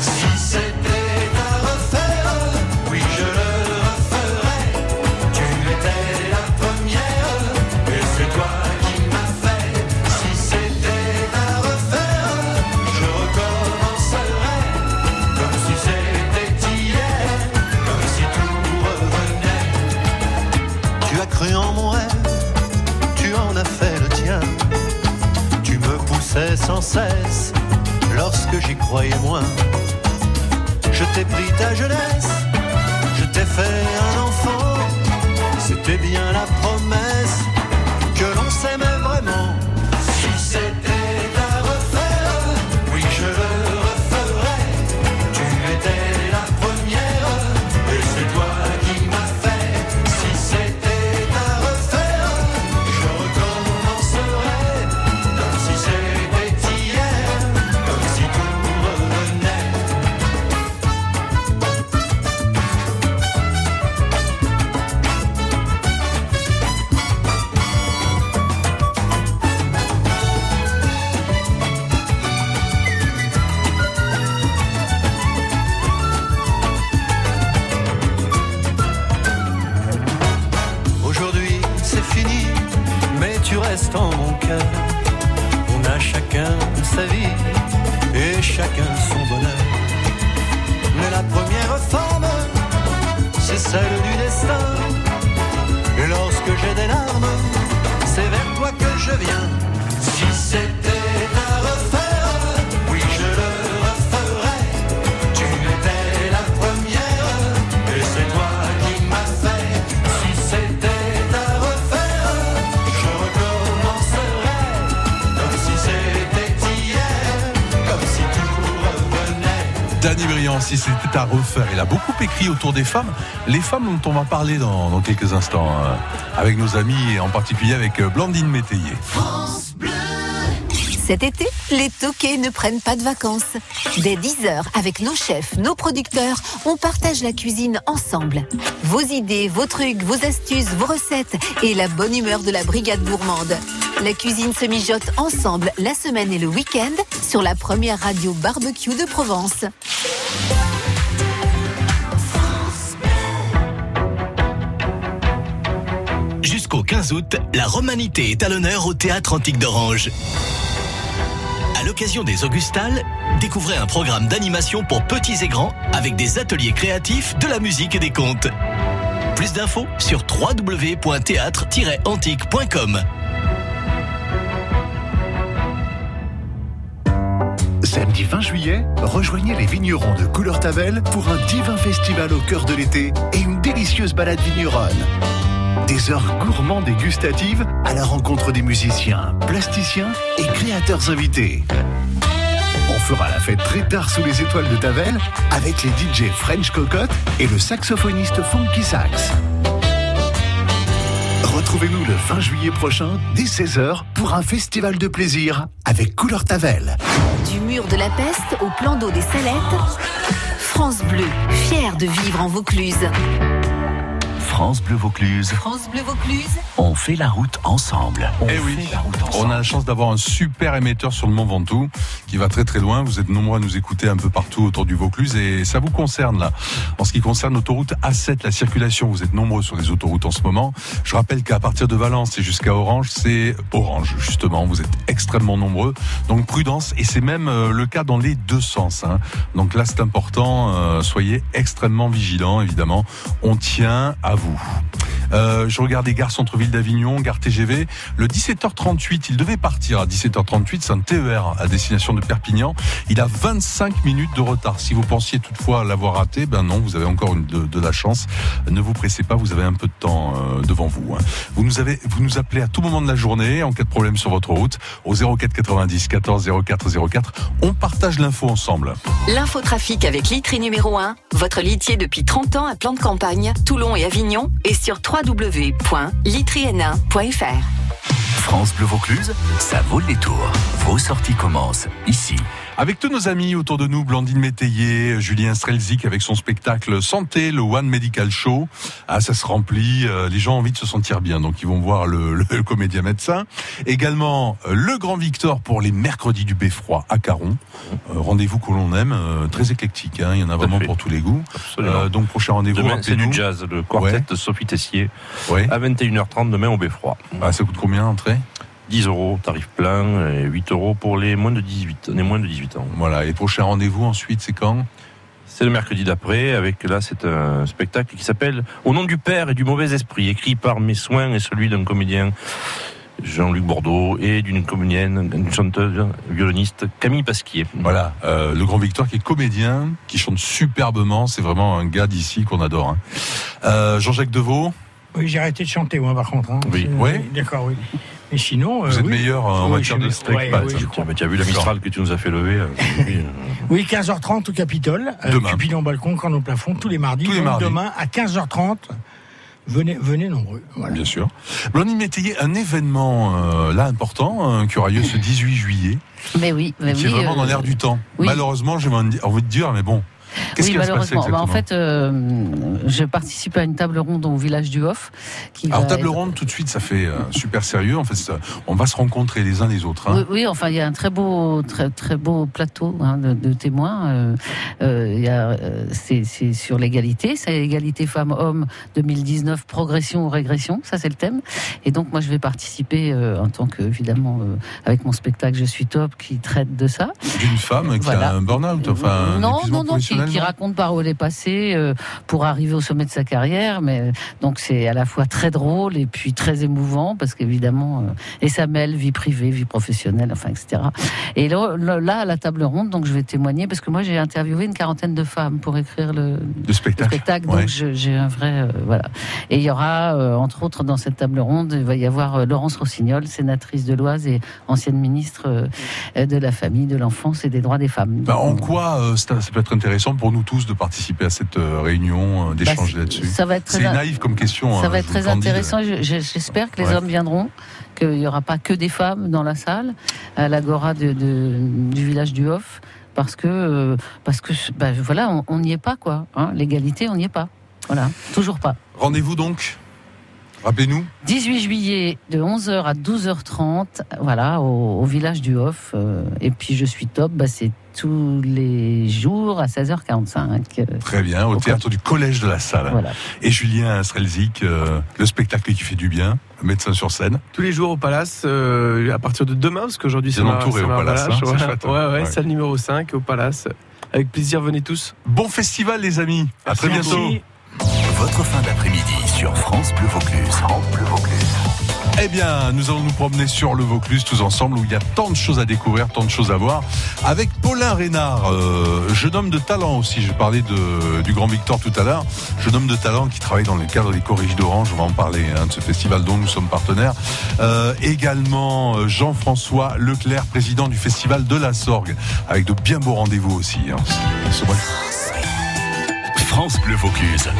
Si c'était à refaire, oui je le referais. Tu étais la première, et c'est toi qui m'as fait. Si c'était à refaire, je recommencerais. Comme si c'était hier, comme si tout revenait. Tu as cru en mon rêve, tu en as fait le tien. Tu me poussais sans cesse, lorsque j'y croyais moins. Je t'ai pris ta jeunesse, je t'ai fait un enfant. C'était bien la promesse que l'on s'aimait vraiment. Si c'était à refaire, oui je le referais. Tu étais la première et c'est toi qui m'as fait. Si c'était à refaire, je recommencerais. Comme si c'était hier, comme si tout revenait. Aujourd'hui c'est fini, mais tu restes en mon cœur. On a chacun sa vie et chacun son bonheur. Mais la première forme, c'est celle du destin. Et lorsque j'ai des larmes, c'est vers toi que je viens. Si c'était à refaire, oui je le referais. Tu étais la première et c'est toi qui m'as fait. Si c'était à refaire, Briand, si c'était à refaire. Il a beaucoup écrit autour des femmes, les femmes dont on va parler dans, dans quelques instants, hein, avec nos amis et en particulier avec euh, Blandine Métayer. Cet été, les toqués ne prennent pas de vacances. Dès 10h, avec nos chefs, nos producteurs, on partage la cuisine ensemble. Vos idées, vos trucs, vos astuces, vos recettes et la bonne humeur de la brigade gourmande. La cuisine se mijote ensemble la semaine et le week-end sur la première radio barbecue de Provence. Jusqu'au 15 août, la romanité est à l'honneur au théâtre antique d'Orange. À l'occasion des Augustales, découvrez un programme d'animation pour petits et grands avec des ateliers créatifs, de la musique et des contes. Plus d'infos sur www.théâtre-antique.com. Samedi 20 juillet, rejoignez les vignerons de Couleur Tavel pour un divin festival au cœur de l'été et une délicieuse balade vigneronne. Des heures gourmandes et gustatives à la rencontre des musiciens, plasticiens et créateurs invités. On fera la fête très tard sous les étoiles de Tavel avec les DJ French Cocotte et le saxophoniste Funky Sax. Retrouvez-nous le 20 juillet prochain, dès 16h, pour un festival de plaisir avec Couleur Tavel. Du mur de la peste au plan d'eau des Salettes, France Bleu, fière de vivre en Vaucluse. France Bleu Vaucluse, France Bleu Vaucluse, on fait la route ensemble. On Eh oui, on a la chance d'avoir un super émetteur sur le Mont Ventoux qui va très très loin. Vous êtes nombreux à nous écouter un peu partout autour du Vaucluse et ça vous concerne là. En ce qui concerne l'autoroute A7, la circulation, vous êtes nombreux sur les autoroutes en ce moment. Je rappelle qu'à partir de Valence et jusqu'à Orange, c'est Orange justement. Vous êtes extrêmement nombreux, donc prudence et c'est même euh, le cas dans les deux sens. hein. Donc là, c'est important. euh, soyez extrêmement vigilants, évidemment. On tient à vous. Euh, je regarde les gares centre-ville d'Avignon, gare TGV. Le 17h38, il devait partir à 17h38, c'est un TER à destination de Perpignan. Il a 25 minutes de retard. Si vous pensiez toutefois l'avoir raté, ben non, vous avez encore une- de, de la chance. Ne vous pressez pas, vous avez un peu de temps euh, devant vous. hein. Vous nous avez, vous nous appelez à tout moment de la journée en cas de problème sur votre route au 04 90 14 04 04. On partage l'info ensemble. L'infotrafic avec Litry numéro 1, votre litier depuis 30 ans à plan de campagne, Toulon et Avignon, et sur www.litryn1.fr. France Bleu Vaucluse, ça vaut le détour. Vos sorties commencent ici. Avec tous nos amis autour de nous, Blandine Métayer, Julien Strelzik avec son spectacle Santé, le One Medical Show. Ah, ça se remplit, euh, les gens ont envie de se sentir bien, donc ils vont voir le, [LAUGHS] le comédien médecin. Également, euh, le Grand Victor pour les mercredis du Beffroi à Caron. Euh, Rendez-vous que l'on aime, euh, très éclectique, hein, il y en a vraiment pour tous les goûts. Euh, donc prochain rendez-vous, Demain, c'est du rappelez-nous. jazz, le quartet Ouais. de Sophie Tessier, Ouais. à 21h30 demain au Beffroi. Ah, ça coûte combien l'entrée 10 euros, tarif plein, et 8 euros pour les moins de 18, les moins de 18 ans. Voilà, et prochain rendez-vous ensuite, c'est quand C'est le mercredi d'après, avec là, c'est un spectacle qui s'appelle Au nom du Père et du Mauvais Esprit, écrit par mes soins et celui d'un comédien Jean-Luc Bordeaux et d'une comédienne, une chanteuse, violoniste Camille Pasquier. Voilà, euh, le grand Victor qui est comédien, qui chante superbement, c'est vraiment un gars d'ici qu'on adore. hein. Euh, Jean-Jacques Deveau, Oui, j'ai arrêté de chanter, moi, par contre. hein. Oui. C'est- Ouais. D'accord, oui. Mais sinon. euh, vous êtes oui. meilleur hein, en Oui, matière je de suis- steak ouais, pâte. hein, oui, je crois. tu as vu la Mistral que tu nous as fait lever [LAUGHS] euh, oui, euh, Oui, 15h30 au Capitole. euh, Demain. Cupidon Balcon, Corne au plafond, tous les mardis. Tous les Donc, mardis. Demain, à 15h30, venez, venez nombreux. Bien sûr. Blandine Métayer, un événement euh, là important, hein, qui aura lieu ce 18 juillet, Mais oui, mais qui oui, est vraiment dans euh, l'air du temps. oui. Malheureusement, j'ai envie de- envie de dire, mais bon, qu'est-ce oui, qui va se passer malheureusement. Bah, exactement en fait, euh, je participe à une table ronde au village du Hof. Qui Alors va Ah, table être- ronde, tout de suite, ça fait euh, super sérieux. En fait, ça- on va se rencontrer les uns les autres. Oui, hein. oui, enfin, il y a un très beau, très, très beau plateau hein, de, de témoins. Euh, euh, il y a, euh, c'est c'est sur l'égalité, c'est égalité femmes-hommes 2019, progression ou régression, ça c'est le thème. Et donc, moi, je vais participer euh, en tant que, évidemment, euh, avec mon spectacle Je suis top qui traite de ça. D'une femme qui Voilà. a un burn-out, enfin, un non, épuisement non, non, qui, professionnel, qui non raconte par où elle est passée euh, pour arriver au sommet de sa carrière. Mais euh, donc c'est à la fois très drôle et puis très émouvant parce qu'évidemment, euh, et ça mêle vie privée, vie professionnelle, enfin, etc. Et là, là, là, à la table ronde, donc je vais témoigner parce que moi j'ai interviewé une quarantaine de femmes pour écrire le, le spectacle. donc Ouais. je- j'ai un vrai euh, voilà. Et il y aura euh, entre autres dans cette table ronde, il va y avoir euh, Laurence Rossignol, sénatrice de l'Oise et ancienne ministre euh, de la famille, de l'enfance et des droits des femmes. Bah, en Donc, quoi euh, ça, ça peut être intéressant pour nous tous de participer à cette euh, réunion, euh, d'échanger Bah, là-dessus ça va être très C'est in- naïf comme question. Ça hein, va être je vous le très candide. intéressant. Je- je- J'espère que les Ouais. hommes viendront, qu'il n'y aura pas que des femmes dans la salle, à l'agora de- de- du village du Hof, parce que, euh, parce que bah, voilà, on- on n'y est pas, quoi. hein. L'égalité, on n'y est pas. Voilà, toujours pas. Rendez-vous donc. Rappelez-nous. 18 juillet de 11h à 12h30, voilà, au, au village du Hof. euh, et puis je suis top, bah, c'est tous les jours à 16h45. euh, Très bien, au théâtre du collège de la salle. Et Julien Strelzik, euh, le spectacle qui fait du bien, le médecin sur scène. Tous les jours au Palace, euh, à partir de demain, parce qu'aujourd'hui Bien c'est ma- entouré c'est au ma Palace, hein, Palace, c'est voilà. chouette, hein. Ouais, ouais, Ouais. salle numéro 5 au Palace. Avec plaisir, venez tous. Bon festival, les amis. À très bientôt. Votre fin d'après-midi sur France Bleu Vaucluse. Eh bien, nous allons nous promener sur le Vaucluse tous ensemble où il y a tant de choses à découvrir, tant de choses à voir. Avec Paulin Reynard, euh, jeune homme de talent aussi. Je parlais de, du Grand Victor tout à l'heure. Jeune homme de talent qui travaille dans le cadre des Corriges d'Orange. On va en parler hein, de ce festival dont nous sommes partenaires. Euh, également euh, Jean-François Leclerc, président du festival de la Sorgue. Avec de bien beaux rendez-vous aussi. hein. Ce mois- France Bleu Vaucluse.